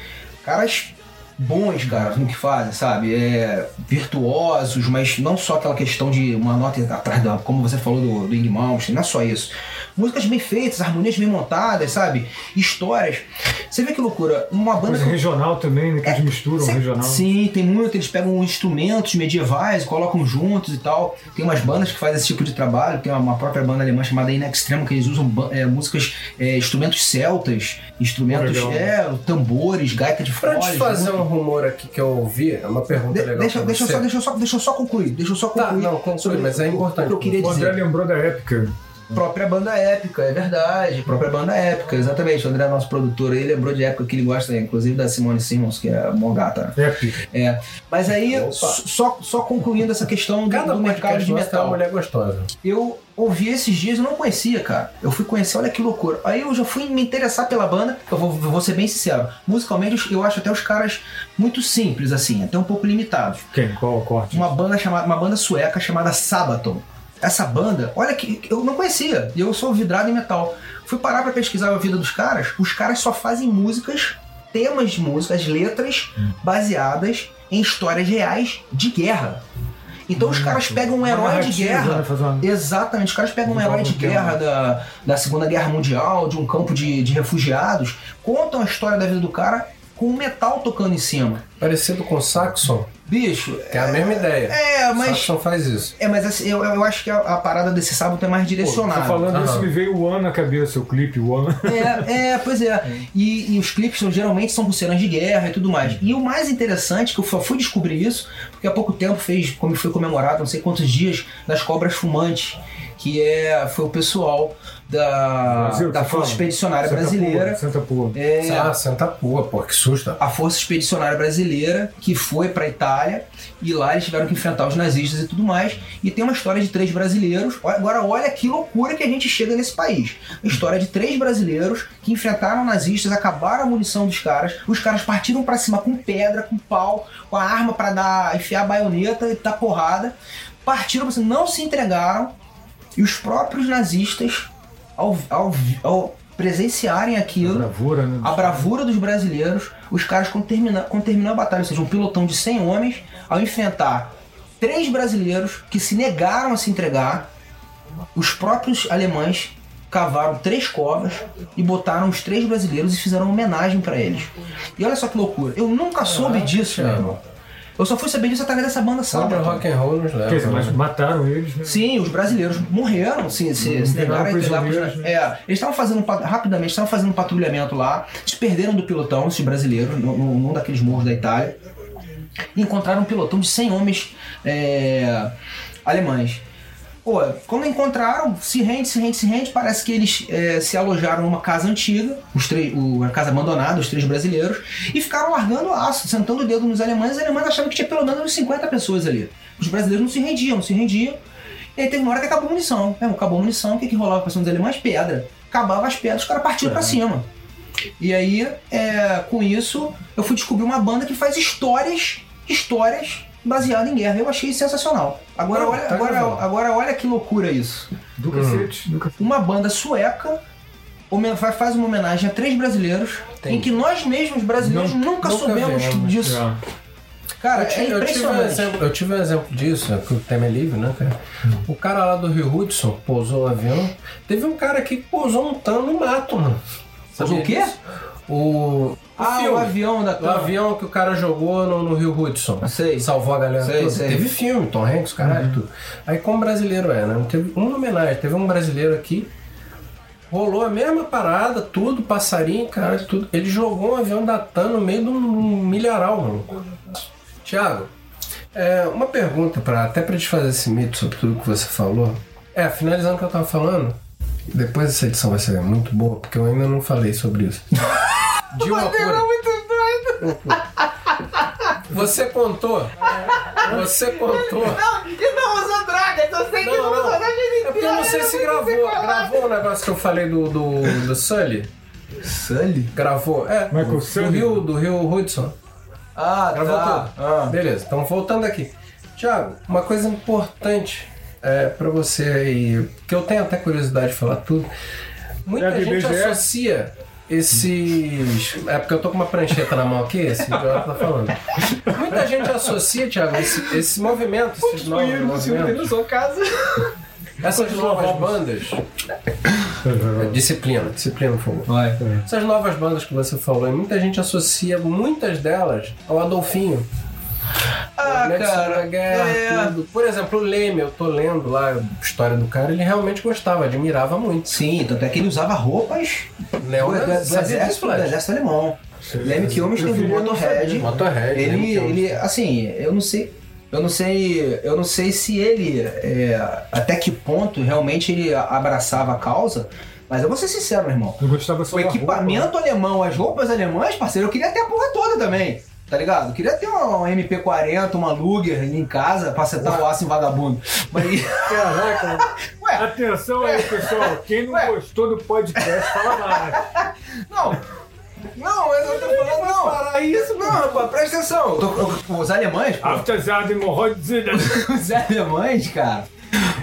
caras bons, cara, no que fazem, sabe? É, virtuosos, mas não só aquela questão de uma nota atrás da, como você falou do, do Ing Malmsteen, não é só isso. Músicas bem feitas, harmonias bem montadas, sabe? Histórias. Você vê que loucura, uma banda
Coisa
que eu-
regional também, né? Que eles misturam
Sim,
regional.
Sim, tem muito. Eles pegam instrumentos medievais, colocam juntos e tal. Tem umas bandas que fazem esse tipo de trabalho. Tem uma, uma própria banda alemã chamada In Extremo, que eles usam ba- é, músicas, é, instrumentos celtas, instrumentos,
Legal.
é, tambores, gaita de
Pra
froles.
desfazer um rumor aqui que eu ouvi, é uma pergunta
De-
legal.
deixa,
pra
deixa, eu
você.
só, deixa, eu só, deixa eu só concluir. Deixa eu só
Tá,
concluir.
não, conclui,
sobre
mas é
o-
importante.
O que eu queria
O André
dizer.
lembrou da época.
Própria banda épica, é verdade. Própria banda épica, exatamente. O André, nosso produtor, ele lembrou de época que ele gosta, inclusive da Simone Simmons, que é a Mogata.
Épica.
É. Mas aí,
Opa.
só, só concluindo essa questão do,
Cada
do mercado
podcast
um de
nosso tem é uma
metal.
mulher gostosa.
Eu ouvi esses dias, eu não conhecia, cara. Eu fui conhecer, olha que loucura. Aí eu já fui me interessar pela banda, eu vou, vou ser bem sincero. Musicalmente, eu acho até os caras muito simples, assim, até um pouco limitados
Quem? Qual o corte?
uma banda chamada uma banda sueca chamada Sabaton. Essa banda, olha que eu não conhecia, e eu sou vidrado em metal. Fui parar pra pesquisar a vida dos caras, os caras só fazem músicas, temas de músicas, letras
Hum.
baseadas em histórias reais de guerra. Então os caras pegam um
Hum, Uma
herói de
narrativa, né,
guerra.
fazer uma-
Exatamente, os caras pegam um
Envolve
herói de
um tema.
guerra da, da Segunda Guerra Mundial, de um campo de, de refugiados, contam a história da vida do cara com o metal tocando em cima.
Parecido com o Saxon,
Bicho,
que é a mesma ideia.
é, mas.
Saxon faz isso.
É, mas assim, eu, eu acho que a, a parada desse sábado é mais direcionada.
Tô falando
Aham.
isso, me veio o ano na cabeça, o clipe, o ano.
É, é, pois é. E, e os clipes são, geralmente são com cenas de guerra e tudo
Uhum.
mais. E o mais interessante, que eu só fui descobrir isso, porque há pouco tempo fez, como foi comemorado, não sei quantos dias, nas cobras fumantes, que é, foi o pessoal da,
Brasil,
da
você
Força
fala?
Expedicionária
Santa
Brasileira.
Pua, Santa Pua.
É,
Ah, senta a pua, pô, que susto.
a Força Expedicionária Brasileira, que foi pra Itália, e lá eles tiveram que enfrentar os nazistas e tudo mais. E tem uma história de três brasileiros. Olha- Agora, olha que loucura que a gente chega nesse país. A história de três brasileiros que enfrentaram nazistas, acabaram a munição dos caras, os caras partiram pra cima com pedra, com pau, com a arma pra dar, enfiar a baioneta e dar porrada. Partiram pra cima, não se entregaram, e os próprios nazistas, ao, ao, ao presenciarem aquilo,
Bravura, né?
a bravura dos brasileiros, os caras, quando termina, quando terminou a batalha, ou seja, um pelotão de 100 homens, ao enfrentar três brasileiros que se negaram a se entregar, os próprios alemães cavaram três covas e botaram os três brasileiros e fizeram uma homenagem pra eles. E olha só que loucura, eu nunca soube disso, meu irmão. Eu só fui saber disso através dessa banda
Onde o
sábado.
rock and roll nos leva.
Quer dizer, mas
né?
mataram eles, né?
Sim, os brasileiros morreram, sim, se, se
viraram
negaram a entregar pros-
Uhum. prisioneiros, né?
É, eles estavam fazendo, um pa- rapidamente, estavam fazendo um patrulhamento lá, se perderam do pelotão, esses brasileiros, num, num- num daqueles morros da Itália, e encontraram um pelotão de 100 homens é, alemães. Pô, quando encontraram, se rende, se rende, se rende, parece que eles é, se alojaram numa casa antiga, os três, o- a casa abandonada, os três brasileiros, e ficaram largando o aço, sentando o dedo nos alemães, e os alemães achavam que tinha pelo menos uns 50 pessoas ali. Os brasileiros não se rendiam, não se rendiam. E aí teve uma hora que acabou a munição. É, acabou a munição, o que, que rolava pra cima dos alemães? Pedra. Acabava as pedras, os caras partiam pra cima. E aí, é, com isso, eu fui descobrir uma banda que faz histórias, histórias baseadas em guerra. Eu achei sensacional. Agora,
Não,
olha,
tá
agora,
gravando.
agora olha que loucura isso.
Do cacete,
Hum.
do cacete.
Uma banda sueca homen- fa- faz uma homenagem a três brasileiros
Tem.
em que nós mesmos brasileiros nunca,
nunca
soubemos
vemos, né?
disso. Cara,
Eu tive, eu
é
tive um
impressionante.
exemplo, eu tive um exemplo disso, é que o tema é livre, né, cara?
Hum.
O cara lá do Rio Hudson pousou o avião. Teve um cara aqui que pousou um tan no mato, mano.
Pousou o quê?
disso? O.
ah,
filme.
o avião da
O avião que o cara jogou no, no Rio Hudson.
Ah, Sei.
Salvou a galera
Sei,
toda.
sei. Uhum.
Teve filme, Tom Hanks, caralho, tudo. Aí como brasileiro é, né? Teve uma homenagem, teve um brasileiro aqui. Rolou a mesma parada, tudo, passarinho, cara, tudo. Ele jogou um avião da TAM no meio de um, um milharal, mano. Tiago, é, uma pergunta, pra, até pra desfazer esse mito sobre tudo que você falou. É, finalizando o que eu tava falando, depois essa edição vai ser muito boa, porque eu ainda não falei sobre isso. De uma cura. Você contou. Você contou.
E não usou droga, eu sei
Não, não.
né,
É porque eu não sei se gravou. Gravou o negócio que eu falei do, do, do Sully?
Sully?
Gravou. É.
Michael
do,
Sully?
Do Rio, do Rio Hudson.
Ah,
Gravou
tá.
tudo.
Ah.
Beleza, então voltando aqui. Tiago, uma coisa importante é, para você aí, que eu tenho até curiosidade de falar tudo. Muita
É do
gente
IBGE?
associa esses. É porque eu tô com uma prancheta na mão aqui, esse idiota tá falando. Muita gente associa, Thiago, esse, esse movimento, esses novos movimentos,
sua casa.
essas novas bandas. tá, Disciplina, disciplina, por favor.
Vai.
Essas novas bandas que você falou, e muita gente associa muitas delas ao Adolfinho.
Ah,
Alex
cara.
Guerra,
é.
tudo. Por exemplo, o Leme, eu tô lendo lá a história do cara, ele realmente gostava, admirava muito.
Sim, tanto é que ele usava roupas do,
Léo
do- do
né, sabia disso,
exército, do
Flash.
exército alemão. Leme que homem teve o
preferia não
Motorhead.
Motorhead, Leme
Ele,
Kilmes.
ele, assim, eu não sei. Eu não sei. Eu não sei se ele. é, até que ponto realmente ele abraçava a causa. Mas eu vou ser sincero, meu irmão.
Eu gostava só
O
da
equipamento
roupa.
alemão, as roupas alemãs, parceiro, eu queria ter a porra toda também. Tá ligado? Eu queria ter uma, uma MP40, uma Luger ali em casa pra acertar o aço em vagabundo. Mas.
Caraca.
Ué.
Atenção aí, pessoal. Quem não
Ué.
gostou do podcast, fala mais.
Não! Não, mas eu tô falando, não! Para isso, não, rapaz, presta atenção! Eu tô- eu- os alemães, pô,
Afterzade morrodizida.
os alemães, cara.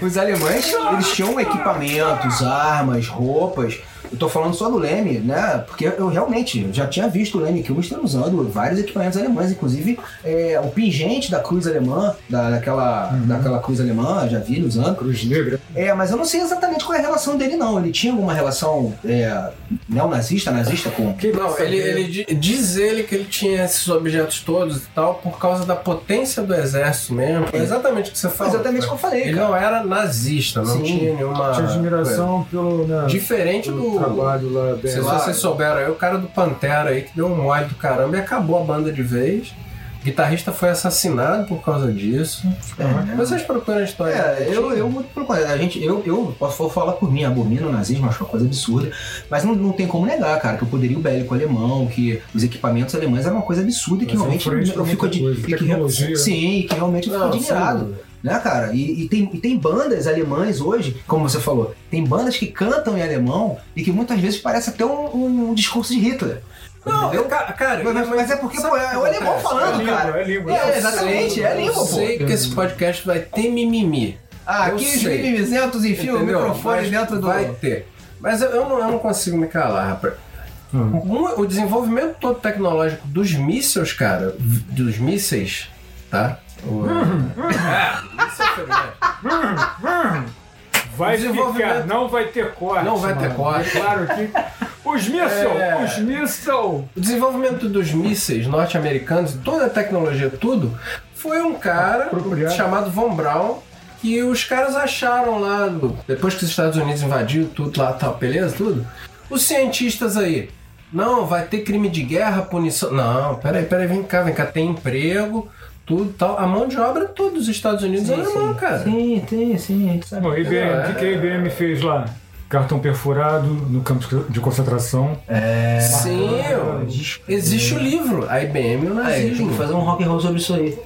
Os alemães, eles tinham equipamentos, armas, roupas. Eu tô falando só do Leme, né? Porque eu realmente já tinha visto o Leme que estão usando vários equipamentos alemães, inclusive é, o pingente da cruz alemã, da, daquela, daquela cruz alemã, já vi ele usando.
Cruz Negra.
É, mas eu não sei exatamente qual é a relação dele, não. Ele tinha alguma relação é, neonazista, nazista com.
Quem vai
Não, ele,
saber?
ele di- diz ele que ele tinha esses objetos todos e tal por causa da potência do exército mesmo. É exatamente o que você falou. né?
Exatamente o que eu falei,
Ele
cara.
não era nazista, não
Sim.
tinha nenhuma.
Tinha admiração pelo, né,
coisa. Diferente
pelo
do.
trabalho lá.
Se
Bem,
lá.
vocês souberam, aí o cara do Pantera aí que deu um mole do caramba e acabou a banda de vez. O guitarrista foi assassinado por causa disso. Vocês procuram a história.
É,
direitinho.
eu, eu muito pelo contrário. A gente, eu, eu posso falar por mim, abomino o nazismo, acho uma coisa absurda. Mas não, não tem como negar, cara, que o poderio bélico alemão, que os equipamentos alemães eram uma coisa absurda e que
Mas é
realmente
um frente pra
eu fico
muita
adi-
coisa,
e que-
tecnologia. né?
Sim, e que realmente eu fico
Não, sem
admirado.
dúvida.
Né, cara? E, e tem, e tem bandas alemães hoje, como você falou, tem bandas que cantam em alemão e que muitas vezes parece até um, um discurso de Hitler.
Não,
entendeu?
eu, ca- cara,
Mas, mas é porque pô, é o alemão
É
falando,
língua,
cara.
é língua.
É,
Eu
exatamente, é
língua,
língua,
Eu
pô.
sei que esse podcast vai ter mimimi.
Ah,
Eu
aqui os
sei.
mimizentos enfiam o
Entendeu?
microfone
Mas
dentro do.
Vai ter. Mas eu, eu não, eu não consigo me calar, rapaz. Mu- O desenvolvimento todo tecnológico dos mísseis, cara, v- dos mísseis, tá? O-
Hum,
É, míssil ferroviário.
Vai ficar,
Hum. Desenvolvimento.
não vai ter corte.
Não vai ter
mano.
corte.
É Claro que. Os míssil,
É.
os míssil.
O desenvolvimento dos mísseis norte-americanos, toda a tecnologia, tudo, foi um cara
Apropriado.
chamado Von Braun que os caras acharam lá, do- depois que os Estados Unidos invadiram tudo lá, tal, beleza, tudo. Os cientistas aí, não, vai ter crime de guerra, punição. Não, peraí, peraí, vem cá, vem cá, tem emprego, tudo e tal. A mão de obra toda dos Estados Unidos é alemão, cara.
Sim, tem, sim. Sabe?
Não, IBM,
É.
o que, que a IBM fez lá? Cartão perfurado no campo de concentração.
Sim, ó. existe o livro, a IBM e o
Ah, tem
nazismo.
que fazer um rock and roll sobre isso aí.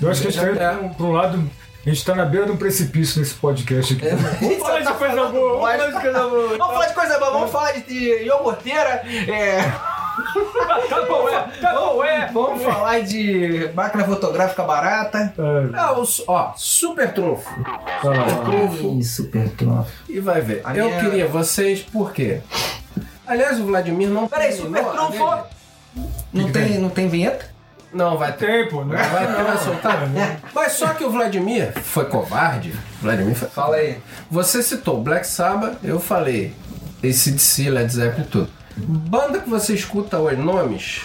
Eu acho que a gente
É.
está indo para um lado. A gente tá na beira de um precipício nesse podcast
É.
aqui.
Vamos
falar de coisa boa, vamos falar de coisa boa.
Vamos falar de coisa boa, vamos falar de, de iogurteira, é,
é.
Capoé, capoé.
vamos falar de máquina fotográfica barata.
É,
Ah, os- ó, super trunfo.
tá lá.
Trunfo.
super trunfo.
E vai ver.
A
Eu
minha-
queria vocês, por quê? Aliás, o Vladimir não.
Peraí,
tem-
super
não,
trunfo. Não tem, não tem vinheta?
Não, vai ter.
Tempo, né?
Vai ter, vai soltar. né? Mas só que o Vladimir foi covarde. Vladimir foi.
Fala aí.
Você citou Black Sabbath, eu falei ACDC, Led Zeppelin, tudo. Banda que você escuta hoje, nomes?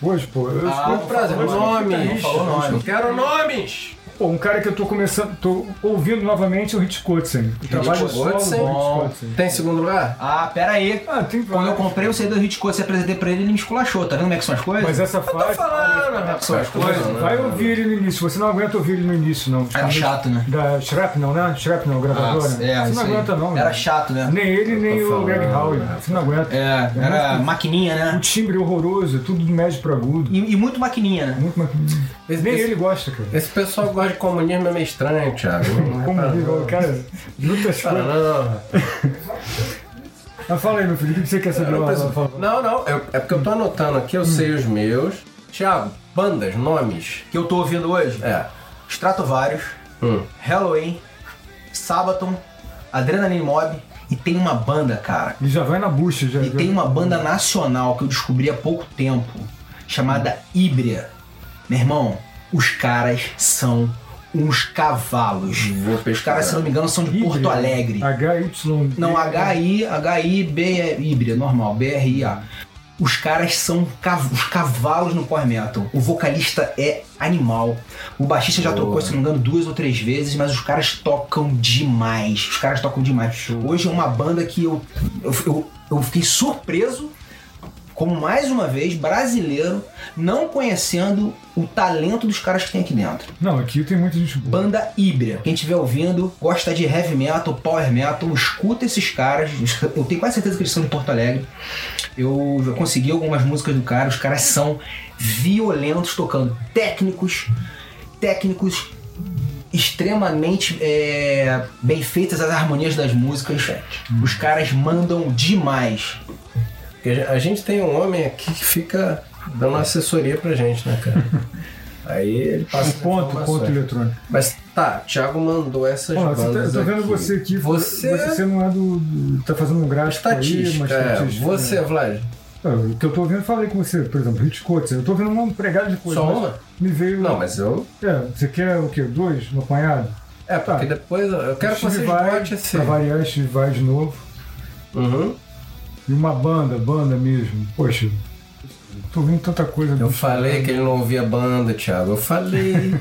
Hoje, pô, eu
Por
escuto
prazer, nomes.
falou nomes.
Eu quero nomes!
Pô, um cara que eu tô começando, tô ouvindo novamente é o Rich Kotzen. O trabalho solo do
Kotzen.
Rich
Bom.
Kotzen.
Tem segundo lugar?
Ah, pera aí.
Ah, tem
Quando eu
vários.
comprei o CD do Hitchcock, você apresentei pra ele, ele me esculachou, tá vendo como é que são as coisas?
Mas essa
Eu tô
fase.
falando, rapaz.
São as coisas.
Vai ouvir ele no início, você não aguenta ouvir ele no início, não.
Era chato, né?
Da Shrapnel, né? Shrapnel, gravadora.
Ah, é,
né? você
isso
não
aí.
aguenta, não.
Era
né?
chato, né?
Nem ele, nem
tô
o Greg
falando,
Howe. né? Você não aguenta.
É, era
muito-
maquininha,
Um
né?
timbre horroroso, tudo do médio pra agudo.
E, e muito maquininha, né?
Muito mais...
Esse-
Nem
esse-
ele gosta, cara.
Esse pessoal gosta de comunismo é meio estranho, Thiago. Não é
Como
pra-
digo, cara, muitas
Não,
coisas.
não,
Mas fala aí, meu filho, o que você quer saber?
não,
lá?
preciso-
Fala.
não, não, eu- é porque eu tô anotando aqui,
Hum.
eu sei os meus. Thiago, bandas, nomes.
Que eu tô ouvindo hoje.
É.
Stratovarius,
Hum.
Halloween, Sabaton, Adrenaline Mob e tem uma banda, cara.
Ele já vai na bucha, já.
E tem uma banda nacional que eu descobri há pouco tempo, chamada Híbria. Meu irmão, os caras são uns cavalos.
Vou
Os caras, se não me engano, são de
Híbrido.
Porto Alegre.
HY.
Não, HI, HI, B, é híbrida, normal, BRIA. Os caras são cav- os cavalos no power metal. O vocalista é animal. O baixista já tocou, se não me engano, duas ou três vezes, mas os caras tocam demais. Os caras tocam demais. Hoje é uma banda que eu, eu, eu, eu fiquei surpreso, como mais uma vez, brasileiro, não conhecendo o talento dos caras que tem aqui dentro.
Não, aqui tem muita gente boa.
Banda Híbrida. Quem estiver ouvindo, gosta de heavy metal, power metal, escuta esses caras. Eu tenho quase certeza que eles são de Porto Alegre. Eu já consegui algumas músicas do cara. Os caras são violentos, tocando técnicos, técnicos extremamente é, bem feitas as harmonias das músicas. Os caras mandam demais.
Porque A gente tem um homem aqui que fica dando assessoria pra gente, né, cara? Aí ele passa. as
Um ponto,
informações.
ponto eletrônico.
Mas tá, Thiago mandou essas
Ó, você tá, eu
bandas.
tô vendo
aqui.
você aqui.
Você.
você não é do, do- Tá fazendo um gráfico aí,
Estatística,
uma
é.
estatística.
Você,
né?
Vlad.
Ah, O que eu tô ouvindo, eu falei com você, por exemplo, Rich Coates. Eu tô ouvindo uma pregada de coisa.
Só
mas
uma?
Me veio.
Não, mas eu.
É, você quer o quê? Dois no apanhado?
É, porque
Tá.
depois eu- eu quero que
Steve
vocês
vai,
botem assim. esse.
Pra variar, Steve vai de novo.
Uhum.
E uma banda, banda mesmo. Poxa, tô ouvindo tanta coisa.
Eu
bicho.
falei que ele não ouvia banda, Thiago. Eu falei.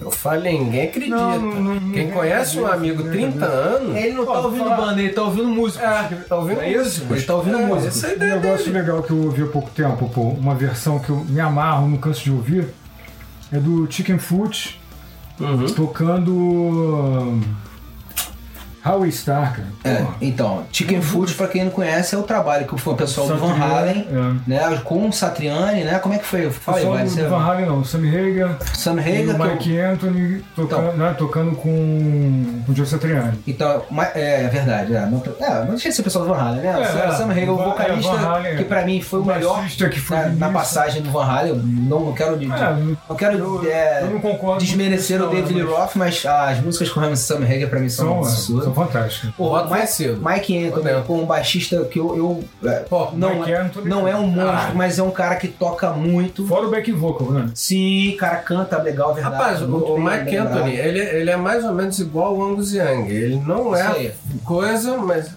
Eu falei, ninguém acredita.
Não, não, não,
Quem
ninguém
conhece um amigo
acredita, ninguém
30 anos.
Ele não tá ouvindo banda, ele tá ouvindo música.
É, tá ouvindo
Não é isso?
músicos.
Ele tá ouvindo
é,
músicos.
Essa é a
Um
ideia
negócio
dele.
legal que eu ouvi há pouco tempo, pô, uma versão que eu me amarro, não canso de ouvir, é do Chicken Foot
Uhum.
tocando. hum, Howie Star, cara.
É,
Porra.
então, Chicken Food, pra quem não conhece, é o trabalho que foi o pessoal do Van
Satriani,
Halen,
é.
né? Com o Satriani, né? Como é que foi? Fala aí,
Só
vai,
do,
você...
do Van Halen não, Sammy Hagar
Sam
e
Hager,
o
que... é
Mike Anthony tocando, né, tocando com, com o Joe Satriani.
Então, ma- é, é verdade, é. Não, é, não deixa de ser o pessoal do Van Halen, né?
É,
Sam,
é.
Sam Hager, o
Van- é,
vocalista,
Van Halen,
que pra mim foi o
o
melhor
baixista que foi
na, na
isso.
passagem do Van Halen. Eu não, não quero... de- de-
É,
não quero
eu-
é,
eu não concordo
desmerecer
com
o
isso, não,
David Lee
mas-
Roth, mas as músicas com o Sam Hager pra mim são
São, é, são
absurdas.
fantásticos.
O voto
Mike-
vencido.
Mike
Entendeu?
Anthony, com um baixista que eu. eu é,
Pô,
não,
Mike
é-
Anthony-
não é um monstro,
Ah.
mas é um cara que toca muito.
Fora o back vocal, né?
Sim, cara, canta legal, verdade.
Rapaz, o,
é Muito
o
bem
Mike
lembrado.
Anthony, ele, ele é mais ou menos igual o Angus Young. Ele não
Isso
é
aí.
coisa, mas.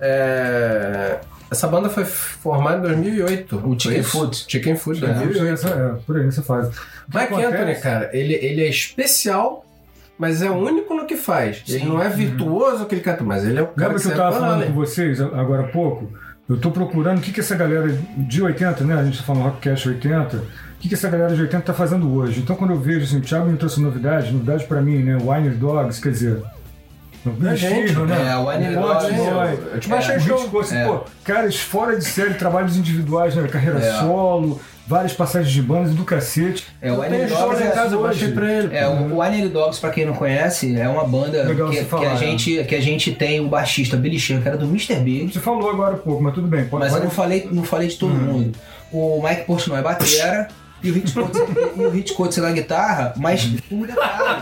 É, essa banda foi formada em 2008.
O Chicken
Foi isso?
Foot.
Chicken né? Foot,
É,
2008.
essa- é, por aí nessa fase. O que
Mike
acontece-
Anthony, né, cara, ele, ele é especial, mas é único no que faz. Ele não é virtuoso aquele cantor, mas ele é o cara
Lembra
que
que
serve
eu tava
né?
pra
falando
nada.
com vocês agora há pouco? Eu tô procurando o que, que essa galera de 80, né? A gente tá falando Rockcast 80. O que, que essa galera de 80 tá fazendo hoje? Então quando eu vejo assim, o Thiago me trouxe novidade, novidade pra mim, né? Wine Dogs, quer dizer.
É gente,
estilo, né?
é, Wine
Um
Dogs, né?
Hot Boy.
é, tipo,
Mas
é,
a gente ficou assim,
é.
pô, caras fora de série, trabalhos individuais, né? Carreira
É.
solo, várias passagens de bandas do cacete.
É, o
Eu tenho
Wine Dogs
história em
é
casa, eu
hoje.
baixei pra ele.
É, o o Alien Dogs, pra quem não conhece, é uma banda
Legal
que,
você
que
falar,
a
né?
gente, que a gente tem o baixista Billy Chan, que era do Mr. Big,
Você falou agora um pouco, mas tudo bem. Pode,
mas eu
pode...
não falei, não falei de todo mundo. O Mike Portnoy é batera e o Rich Coates, e o Rich Coates é na guitarra, mas com um detalhe.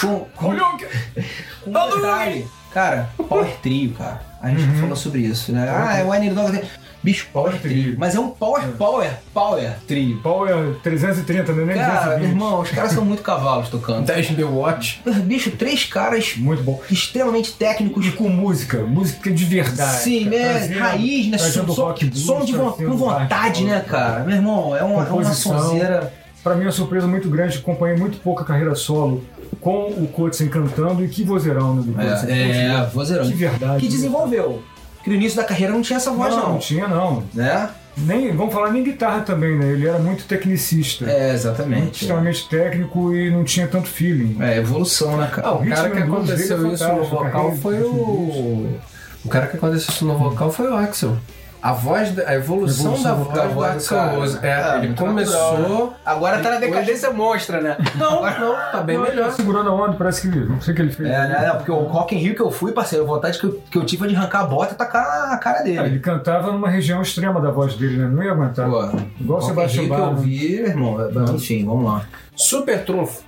com, com, com um detalhe. Cara, Power Trio, cara. A gente falou sobre isso, né? Ah, é o Wine Dogs. Bicho, Power,
Uhum. Power
trio.
Trio.
Mas é um Power, Power, Power Trio.
Pau é 330, né? Nem
Cara,
220.
meu irmão, os caras são muito cavalos tocando.
10 mil watts.
Bicho, três caras
Muito bom.
extremamente técnicos.
E com música, música de verdade.
Sim,
cara.
né?
Trazendo-
Raiz, né? Som,
trazendo
som-
rock blues,
som de vo-
trazendo
com vontade,
hardcore,
né, cara? Meu irmão, é uma, é uma
Composição.
sonzeira.
Pra mim é uma surpresa muito grande, acompanhei muito pouca carreira solo com o Coates cantando e que vozeirão né, do Coates.
É, é, vozeirão.
Que verdade. né?
Que desenvolveu. Que no início da carreira não tinha essa
Não,
voz,
não,
não.
tinha não.
Né?
Nem, vamos falar nem guitarra também, né? Ele era muito tecnicista.
É, exatamente.
Extremamente técnico e não tinha tanto feeling.
É, evolução, né, cara?
Ah, o
ritmo
cara que
e o blues dele
aconteceu
é
isso no
fantástico,
vocal
cara.
foi o. O cara que aconteceu isso no vocal foi o Axel. A voz, da- a evolução,
Evolução
da,
do
voz
cara,
do
cara.
Axel Rose. É,
Ah,
ele
muito
começou.
natural, Agora tá na decadência monstra, né?
Não, não, tá bem melhor.
Segurando a onda, parece que não sei o que ele fez.
É, né? Não, porque o Rock in Rio que eu fui, parceiro, a vontade que eu, que eu tive foi de arrancar a bota e tacar a cara
Ah,
dele.
Ele cantava numa região extrema da voz dele, né? Não ia aguentar.
Pô,
Igual
Rock in
Sebastião
Rio que eu
Bach, né?
vi, irmão, é- enfim, vamos lá.
Super trunfo.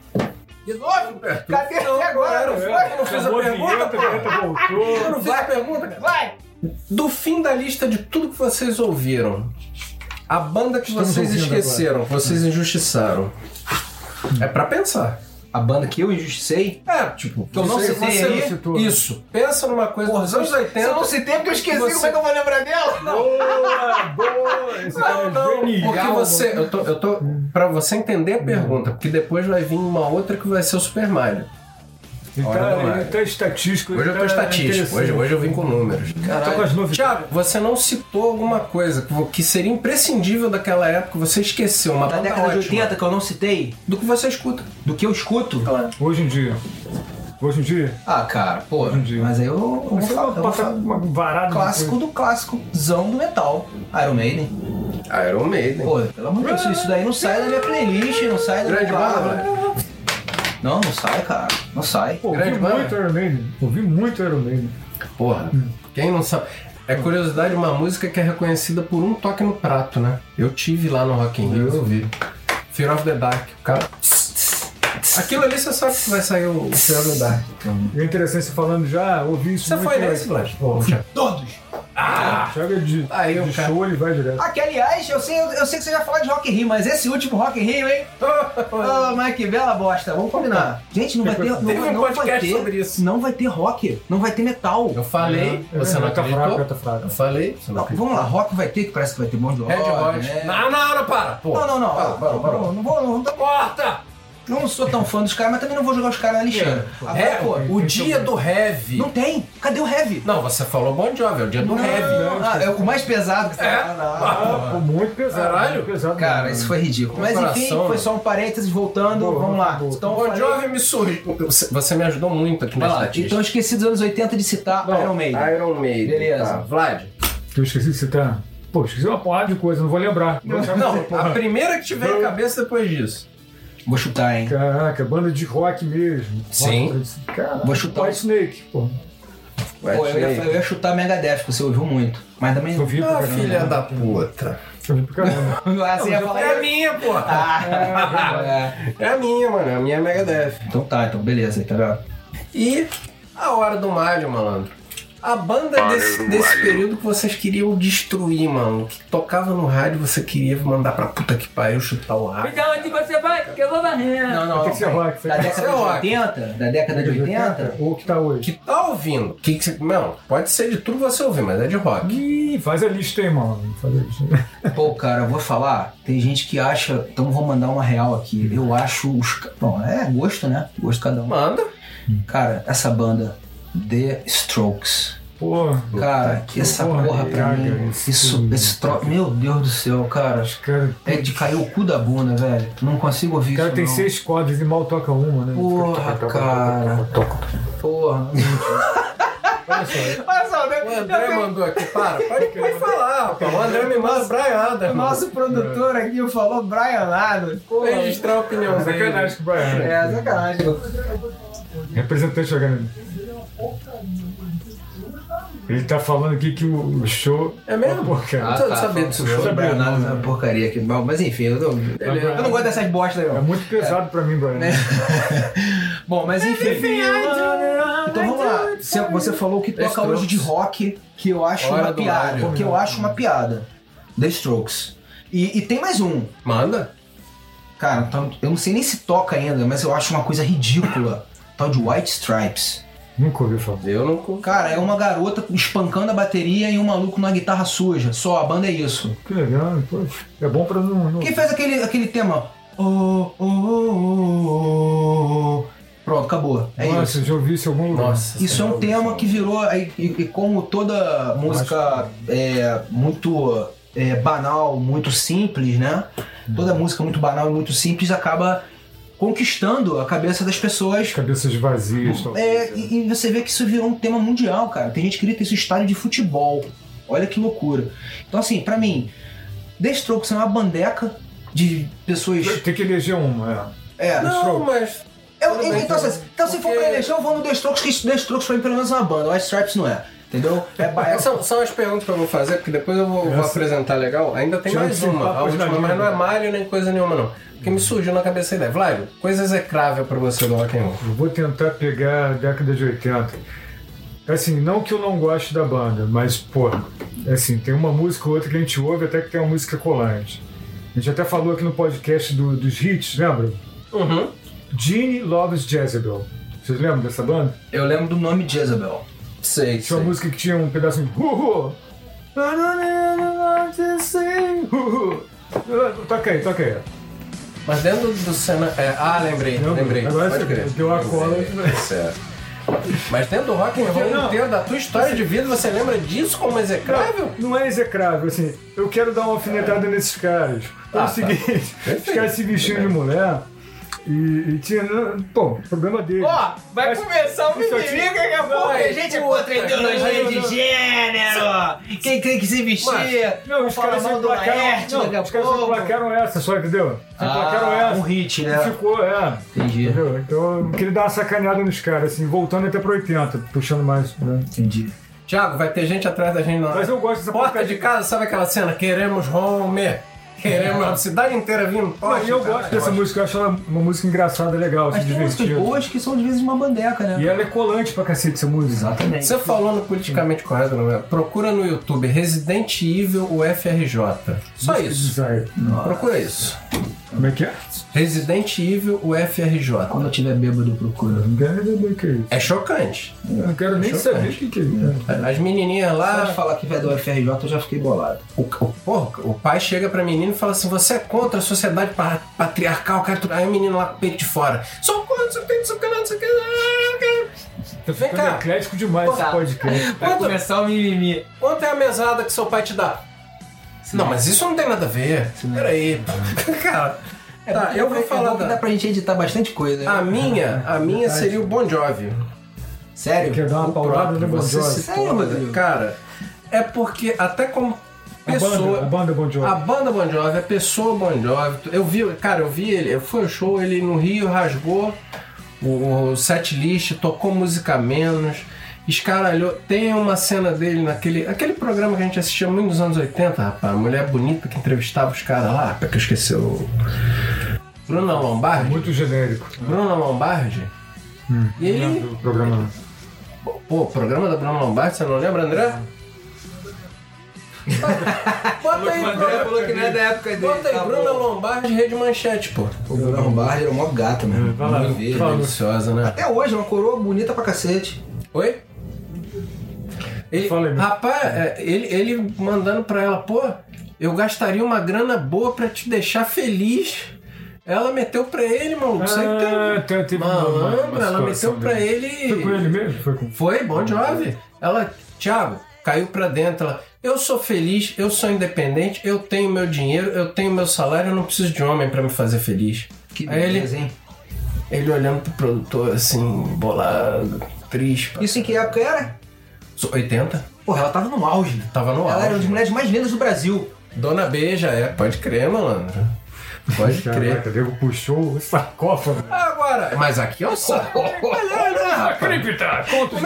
De novo, Pedro?
Cadê até agora?
É,
Não foi?
Eu não fiz a pergunta, pô. Eu não fiz a pergunta, cara.
Vai!
Do fim da lista de tudo que vocês ouviram, a banda que
Estamos
vocês
ouvindo
esqueceram, vocês injustiçaram. É pra pensar.
A banda que eu injusticei?
É, tipo,
Que eu não
você-
citei
você-
aí?
Citou.
Isso. Pensa numa coisa dos anos 80.
citei porque eu esqueci,
Você-
é que eu vou lembrar dela?
Boa, boa! Esse cara é genial,
Porque
mano.
você. Eu tô, eu tô. Pra você entender a pergunta, porque depois vai vir uma outra que vai ser o Super Mario.
Ele
Olha,
tá,
mano.
ele tá estatístico.
Hoje
ele
eu tô
tá
estatístico,
interessante.
hoje, hoje eu vim com números.
Tô
tá
com as novidades.
Tiago, você não citou alguma coisa que vo- que seria imprescindível daquela época, você esqueceu uma
Da
banda
década de
ótima
80 que eu não citei,
do que você escuta.
do que eu escuto.
Hoje em dia. Hoje em dia.
Ah, cara, pô.
Entendi.
Mas aí eu, eu vou
Você
falar. eu
vai
vou
passar
falar-
uma varada.
Clássico do clássico, zão do metal, Iron Maiden.
Iron Maiden.
Pô, pelo amor de Deus, isso daí não sai da minha playlist, não sai da
Grande
minha
banda,
palavra.
velho.
Não, não sai, cara. Não sai.
Pô, ouvi
Grande banda.
muito Iron Maiden. Ouvi muito Iron Maiden.
Porra, Hum. quem não sabe. É curiosidade uma música que é reconhecida por um toque no prato, né? Eu tive lá no Rock in Rio, eu vi. Fear of the Dark, o cara. Aquilo ali você sabe que vai sair o Fear of the Dark.
Então,
E é interessante você falando já, ah, ouvi isso
Você
muito.
foi nesse, Vlad? Pô, já.
Todos!
Ah!
Chega é de,
Aí,
de
cara.
show, ele vai direto.
Ah, que aliás, eu sei, eu sei que você já falou de Rock in Rio, mas esse último Rock in Rio, hein? Ah, mas que bela bosta, vamos combinar. Gente, não vai ter. Não,
Teve um
vai- não vai
podcast
ter,
sobre isso.
Não vai ter rock, não vai ter metal.
Eu falei,
É,
você não
tá fraco,
acreditou?
tá
Eu
fraco.
falei, você não
Não,
acreditou.
vamos lá, rock vai ter, que parece que vai ter bom de rock.
Red Hot. Ah,
né?
Não, não, não, para. Pô.
Não, não, não.
Para, para, para.
Não, não vou, não,
Corta!
não sou tão fã dos caras, mas também não vou jogar os caras na lixeira. Agora,
É,
pô,
o dia do heavy.
não tem. Cadê o heavy?
Não, você falou Bon Jovi, é o dia do heavy.
Ah, é o mais pesado que você tá falando. Ah,
Ah, pô, muito pesado.
Caralho.
Muito pesado
Cara,
mesmo.
isso foi ridículo. Mas
Comparação,
enfim,
né?
foi só um parênteses, voltando,
Boa,
vamos lá.
boa.
Então,
Bon
falei-
Jovi me surgiu. Você- Você me ajudou muito aqui
Vai
nessa
lá.
estatística.
Então eu esqueci dos anos 80 de citar Iron Maiden.
Iron Maiden.
Beleza.
Tá. Vlad.
Eu esqueci de citar. Pô, esqueci uma porrada de coisa, não vou lembrar. Vou deixar você,
Não,
porra.
a primeira que tiver na cabeça depois disso.
Vou chutar, hein?
Caraca, banda de rock mesmo.
Sim.
Rock, Caraca,
Vou chutar.
White Snake, pô.
Pô, eu ia, eu
Whitney.
ia chutar Megadeth, você ouviu muito. Mas também.
Eu vi pra
Ah,
caramba.
filha da puta.
Eu vi pra caramba.
Ah, você ia falar.
É minha, porra.
Ah, é.
É minha, mano. É a minha é Megadeth.
Então tá, então beleza, aí tá vendo?
E a hora do malho, malandro. A banda desse, desse período que vocês queriam destruir, mano. Que tocava no rádio, você queria mandar pra puta que pariu chutar o rádio.
Então onde você vai, que eu vou varrer.
Não, não,
Tem que ser
não.
rock. foi-
Da década de
Sei lá.
80? Da década de 80?
Ou que tá hoje.
Que tá ouvindo? Que, que, não, pode ser de tudo que você ouvir, mas é de rock.
Ih, faz a lista aí, mano. Faz a lista.
Pô, cara, eu vou falar. Tem gente que acha. Então vou mandar uma real aqui. Eu acho os. ca- Bom, é gosto, né? Gosto de cada um.
Manda.
Cara, essa banda, The Strokes.
Porra.
Cara, que essa porra, pra
cara,
mim.
esse-
Isso, esse tro... Meu Deus do céu, cara.
Os caras.
É de cair o cu da bunda, velho. Não consigo ouvir
O cara
isso.
tem
não.
seis quadros e mal toca uma, né?
Porra,
Toca, toca,
cara.
toca, toca, toca.
Porra.
Olha só.
Olha só, né?
O
é
André mandou aqui, para, pode, pode falar, rapaz. O André me manda Brian Adams.
produtor
É.
aqui falou Brian Adams.
Vou registrar a opinião dele.
Sacanagem com o Brian. né?
É, sacanagem.
Representante jogando. Ele tá falando aqui que o o show.
É mesmo?
Pô, cara.
Ah, tá. Sabia disso,
Show do
sabia,
Brian Adams é
não.
uma porcaria aqui. Bom, Mas enfim, eu não,
Tá,
eu não gosto dessas bostas,
É
não.
muito pesado pra mim, Brian.
né? Bom, mas enfim. Então vamos lá. Você, você falou que
The
toca hoje de
Strokes.
rock, que eu acho
Hora
uma
do
piada.
alho.
Porque eu acho uma piada. The Strokes. E, e tem mais um.
Manda.
Cara, tal- eu não sei nem se toca ainda, mas eu acho uma coisa ridícula. Tal de White Stripes.
Nunca ouvi falar.
Eu não... cu-
Cara, é uma garota espancando a bateria e um maluco numa guitarra suja. Só, a banda é isso.
Que legal, pô. É bom pra não. não-
Quem faz aquele, aquele tema? Oh, oh, oh, oh, oh. Pronto, acabou. É isso.
Nossa, eu Ah, já ouvi isso em algum lugar.
Nossa.
Isso é um
senhora.
tema que virou, e, e- e como toda música é, muito é, banal, muito simples, né? Toda música muito banal e muito simples acaba conquistando a cabeça das pessoas.
Cabeças vazias. talvez,
É,
né?
e, e você vê que isso virou um tema mundial, cara. Tem gente que grita isso em estádio de futebol. Olha que loucura. Então, assim, pra mim, The Strokes é uma bandeca de pessoas.
Tem que eleger uma, é.
É,
Não, mas...
Eu-
Tudo bem,
então,
tudo
se,
bem.
então, se for pra
Porque-
eleição, eu vou no The Strokes, que The Strokes pra mim pelo menos é uma banda, o White Stripes não é. Entendeu? É ba-
São, são as perguntas que eu vou fazer, porque depois eu vou, vou
Essa-
apresentar legal. Ainda tem
Tinha
mais
que ser
uma, a
papo de
última, mas não é
navio.
malho nem coisa nenhuma, não. Porque me surgiu na cabeça a ideia. Flávio, coisa execrável pra você do rock and roll.
Eu vou tentar pegar a década de 80. Assim, não que eu não goste da banda, mas, pô, assim, tem uma música ou outra que a gente ouve até que tem uma música colante. A gente até falou aqui no podcast do- dos hits, lembra?
Uhum.
Gene Loves Jezebel. Vocês lembram dessa banda?
Eu lembro do nome de Jezebel.
Sei,
Tinha uma música que tinha um pedaço de. Uhu! I don't ever want to say uhu. Ah, Toca aí, toca aí.
Mas dentro do cenário. ah, lembrei,
Não,
lembrei.
agora
Pode
você
crer.
deu a cola.
Lembrei, certo. Mas dentro do rock and roll
Não.
inteiro, da tua história de vida, você lembra disso como execrável?
Não é execrável, assim, eu quero dar uma alfinetada nesses caras.
Ah,
É o
tá.
seguinte, os
Perfeito.
caras se vestiam de mulher e, e tinha. não, Bom, problema dele.
Ó, vai começar um o
mimimi,
daqui a pouco.
a gente é contra a ideologia de
gênero. Quem tem que se vestir.
não, os caras emplacaram. Não, os caras emplacaram essa, só entendeu? Emplacaram
Ah,
essa.
um hit, né?
E Ficou, é.
Entendi.
Entendeu? Então eu queria dar uma sacaneada nos caras, assim, voltando até pro 80, puxando mais, né?
Entendi.
Tiago, vai ter gente atrás da gente na
Mas eu gosto dessa
porta
porcaria.
de casa, sabe aquela cena? Queremos home. Queremos a cidade inteira vindo.
Mas É. eu gosto dessa música, eu acho ela uma música engraçada, legal, se
Mas tem músicas
divertida.
boas que são de vezes uma bandeca, né?
E ela é colante pra cacete essa música.
Exatamente.
Você falou no politicamente correto, não é? Procura no YouTube Resident Evil UFRJ. Só isso.
Desire.
Procura isso.
Como é que é?
Resident Evil UFRJ.
Quando eu tiver bêbado, eu procuro.
Não quero nem saber o que é isso.
É chocante.
Eu não quero nem saber o que que é isso.
As menininhas
Só
lá,
de falar que vai do FRJ, eu já fiquei bolado.
O, o, porra, o pai chega pra menina e fala assim: Você é contra a sociedade pa- patriarcal? Cara, tu- aí o menino lá com o peito de fora. Sou contra, sou contra, sou contra, sou contra.
Tá
Vem
ficando
cá.
eclético demais esse
Tá.
podcast.
Quanto,
começar o mimimi.
quanto é a mesada que seu pai te dá? Não, mas isso não tem nada a ver.
né?
Peraí. Cara,
É
Ah,
tá, eu vou falar
É que dá
da.
pra gente editar bastante coisa.
A
né?
minha,
É,
a minha seria o Bon Jovi.
Sério?
Quer dar uma paulada no Bon
Você
Jovi?
se
Sério, Rodrigo?
foda, cara. É porque, até como
A banda, a
pessoa.
banda Bon
A
Jovi.
banda Bon Jovi, a pessoa Bon Jovi, eu vi, cara, eu vi ele, eu fui ao show, ele no Rio rasgou o, o set list, tocou música menos, escaralhou. Tem uma cena dele naquele aquele programa que a gente assistia muito nos anos 80, rapaz, mulher bonita que entrevistava os caras lá, que eu esqueci o. Bruna Lombardi?
Muito genérico.
Bruna Lombardi?
Hum,
E ele.
Do programa.
Pô, o programa da Bruna Lombardi, você não lembra, André? Bota aí, Bruna.
falou que não é da época
Bota aí, Bruna Lombardi, Rede Manchete, pô.
O Bruna Lombardi era mó gata,
É,
mano.
Vai lá,
Muito verde.
fala.
Deliciosa, né?
Até hoje, é uma coroa bonita pra cacete.
Oi? Ele,
Fala aí, meu.
rapaz, é, ele, ele mandando pra ela, pô, eu gastaria uma grana boa pra te deixar feliz. Ela meteu pra ele, maluco. Você
Ah,
que
tem-
tem.
teve uma- uma- uma
Malandro, ela
situação
meteu pra
dele.
ele.
Foi com ele mesmo? Foi com...
Foi, bom jovem. Ela Thiago, caiu pra dentro. Ela, eu sou feliz, eu sou independente, eu tenho meu dinheiro, eu tenho meu salário, eu não preciso de homem pra me fazer feliz.
Que
Aí ele-
beleza, hein?
Ele olhando pro produtor assim, bolado, triste. pá.
Isso em que época era?
Isso, 80?
Porra, ela tava no auge, né?
Tava no
Ela era uma das
auge.
mulheres mais lindas do Brasil.
Dona B já é, pode crer, malandro. Pode crer.
Caraca, o nego puxou o sarcófago.
Agora, mas aqui, ó, Sara. Olha, né, rapaz? Como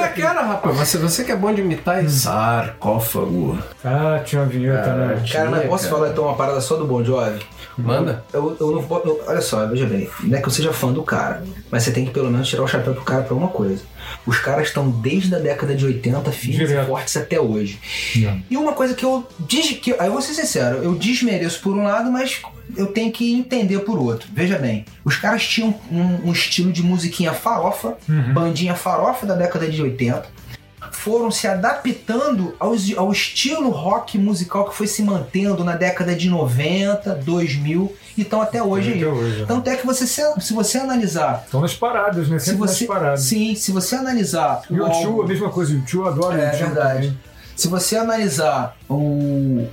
é que era, rapaz? Você, você que é bom de imitar isso. Sarcófago.
Ah, tinha uma vinheta,
Cara,
né?
tinha,
Cara, mas posso falar então uma parada só do Bon Jovi?
Manda.
Eu, eu não vou. eu- olha só, veja bem, não é que eu seja fã do cara, mas você tem que pelo menos tirar o chapéu pro cara pra uma coisa. Os caras estão desde a década de 80 firmes e
Direto.
fortes até hoje. E uma coisa que eu. Diz, que, aí eu vou ser sincero, eu desmereço por um lado, mas eu tenho que entender por outro. Veja bem, os caras tinham um, um estilo de musiquinha farofa, bandinha farofa da década de 80. Foram se adaptando aos- ao estilo rock musical que foi se mantendo na década de 90, 2000 e estão até hoje aí.
Até hoje. né?
Tanto é que você, se se você analisar.
Estão nas paradas, né?
Se
Sempre
você,
nas paradas.
sim, se você analisar. o
E o tio, a
álbum-
mesma coisa, o tio adora
é
o tio.
verdade. Se você analisar o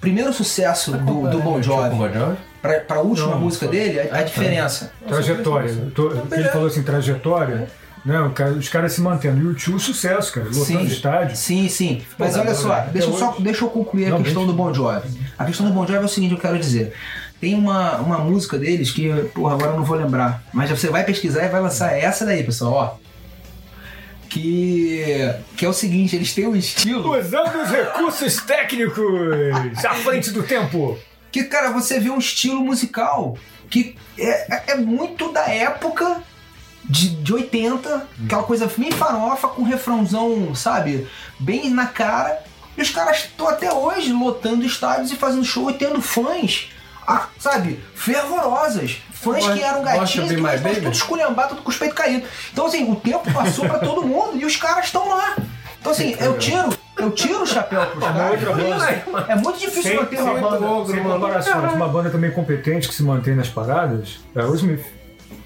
primeiro sucesso do, do Bon
Com
Jovi
Bon Jovi?
pra, pra última
né? Não, É, tá.
música dele, é a, a diferença.
Trajetória. Eu tô- ele falou assim, trajetória. Né, o cara- os caras se mantendo. E o tio, sucesso, cara. Lotando estádio.
Sim, sim. Mas olha só,
até
deixa eu, só,
hoje.
deixa eu concluir a
Não,
questão
deixa.
do Bon Jovi. A questão do Bon Jovi é o seguinte, eu quero dizer. Tem uma, uma música deles que, porra, agora eu não vou lembrar. Mas você vai pesquisar e vai lançar essa daí, pessoal, ó. Que, que é o seguinte, eles têm um estilo
Usando os recursos técnicos à frente do tempo.
que, cara, você vê um estilo musical que é, é- é muito da época de, de 80,
Uhum.
aquela coisa bem farofa, com refrãozão, sabe, bem na cara. E os caras estão até hoje lotando estádios e fazendo show e tendo fãs, ah, sabe, fervorosas. Fãs
Gosta-
que eram
gosta
gatinhos
de
e que
My
hoje estão
Baby?
tudo esculhambado, tudo com os peitos caídos. Então, assim, o tempo passou pra todo mundo e os caras estão lá. Então, assim,
tá
eu tiro, eu tiro o chapéu pros caras.
outra
por isso.
banda.
É muito é difícil
Sem,
manter
sem,
uma banda. É.
ogro,
sem
mano.
comparações. Uma banda também competente que se mantém nas paradas é o Smith.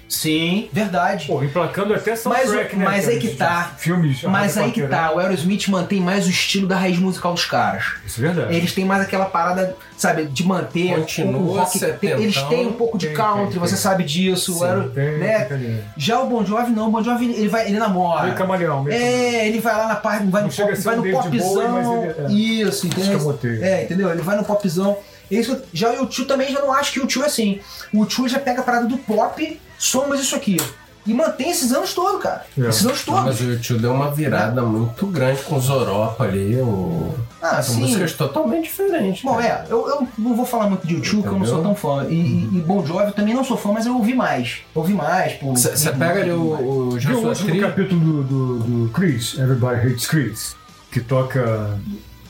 Sim, verdade.
Pô, emplacando até soundtrack,
Mas o-
né?
mas aí
aqueles
que tá.
Filmes.
Mas
ah,
aí que tá, o Aerosmith mantém mais o estilo da raiz musical dos caras.
Isso é verdade.
Eles têm mais aquela parada, sabe, de manter
Continua
o rock.
setentão.
Eles têm um pouco de
Tem,
country,
tem,
você
tem.
sabe disso.
Sim,
era,
tem,
né?
tem, tem.
Já o Bon Jovi não, o Bon Jovi ele vai, ele namora.
Meio camaleão, meio
É, ele vai lá na parte, vai
Não
no,
chega
pop,
a ser
vai
um
no
David Bowie, mas
popzão.
ele é-
Isso, entendeu?
Escamoteio.
É, entendeu? Ele vai no popzão. Isso, já o tio também já não acho que o tio é assim. O tio já pega a parada do pop, somas isso aqui. E mantém esses anos todos, cara.
É.
Esses anos todos.
Mas o YouTube deu uma virada muito grande com o Zoropa ali. O...
Ah,
São
sim.
músicas totalmente diferentes.
Bom,
cara.
é, eu, eu não vou falar muito de YouTube, que eu não
Entendeu?
sou tão fã. E, e, e Bon Jovi eu também não sou fã, mas eu ouvi mais. Ouvi mais, pô.
Você pega ali o, o
Viu o
Joshua
último
Tree,
capítulo do, do, do Chris, Everybody Hates Chris, que toca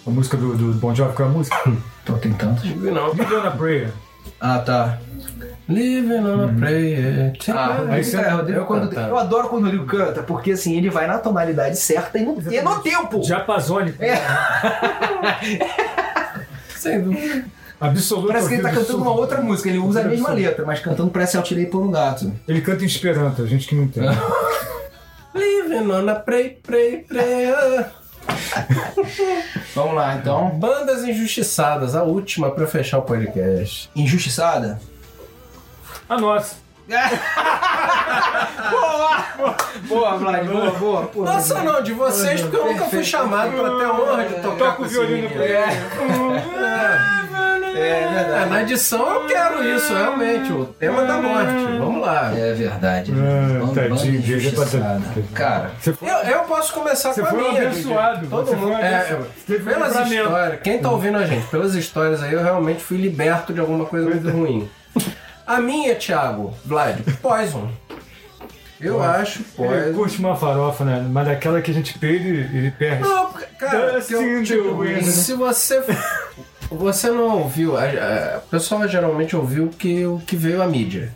a música do, do Bon Jovi com a música.
Tô tentando.
não.
Live on a Prayer.
Ah, tá.
Living on a prayer.
Uhum. Ah,
aí
Rodrigo,
você-
é, Rodrigo,
eu
quando-
cantando.
eu adoro quando o Rodrigo canta, porque assim, ele vai na tonalidade certa e no, e no tempo.
Japazônico.
É.
Sem dúvida.
Absoluto.
Parece que ele tá
ouvido
cantando uma
surdo.
outra música, ele usa a
Ouvido
mesma
surdo.
letra, mas cantando parece eu tirei por um gato.
Ele canta em Esperanto, a gente que não tem.
É.
Living on a prayer, prayer, prayer.
Vamos lá, então.
Bandas injustiçadas, a última pra fechar o podcast.
Injustiçada?
A nossa.
boa! Boa, Vlad, boa, boa. Pô,
Nossa,
Vlad.
não, de vocês, porque eu nunca fui chamado pra ter a honra de tocar
É. Toca
com
o
esse
violino
menino.
pra ele.
É
É,
verdade.
na edição eu quero isso, realmente. O tema da morte. Vamos lá.
É verdade.
Ah,
Banda
tadinho, já
injustiçada.
tá tadinho.
Cara,
Você foi,
Eu, eu posso começar
você
com a
foi um
minha.
abençoado.
Todo
você
mundo.
foi um
É,
abençoado. Teve um
pelas
livramento.
histórias, quem tá ouvindo a gente, pelas histórias aí, eu realmente fui liberto de alguma coisa muito
é.
ruim. A minha, Thiago, Vlad, Poison. Eu acho
Ele
Poison.
curte uma farofa, né? Mas daquela que a gente perde, ele perde.
Ah.
Não, porque, cara, porque eu,
Dancing the
tipo,
wind.
se você. Você não ouviu. A, a, a pessoa geralmente ouviu o que, o que veio à mídia.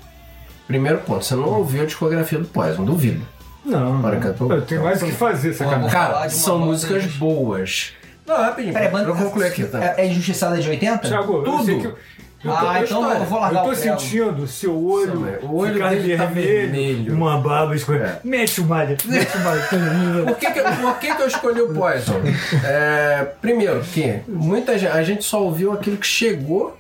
Primeiro ponto, você não ouviu a discografia do Poison, duvido.
Não,
Para que eu tô-
eu tenho mais o que fazer, sacanagem.
Cara,
de uma
são
banda
músicas
injusti-
boas. Não, rapidinho,
peraí, É.
pra
banda.
eu concluir aqui, tá?
É, é injustiçada de 80?
Thiago, eu
tudo.
sei que, Eu tô-
Ah,
eu
então
tô-
eu vou
Eu
largar
tô
o prego.
sentindo seu olho,
Sim, o olho É.
ficar
dele tá vermelho.
uma baba escorrendo. Mete o malha, mete o malha.
Por que, que, por que, que eu escolhi o Poison? É, primeiro, que muita gente, a gente só ouviu aquilo que chegou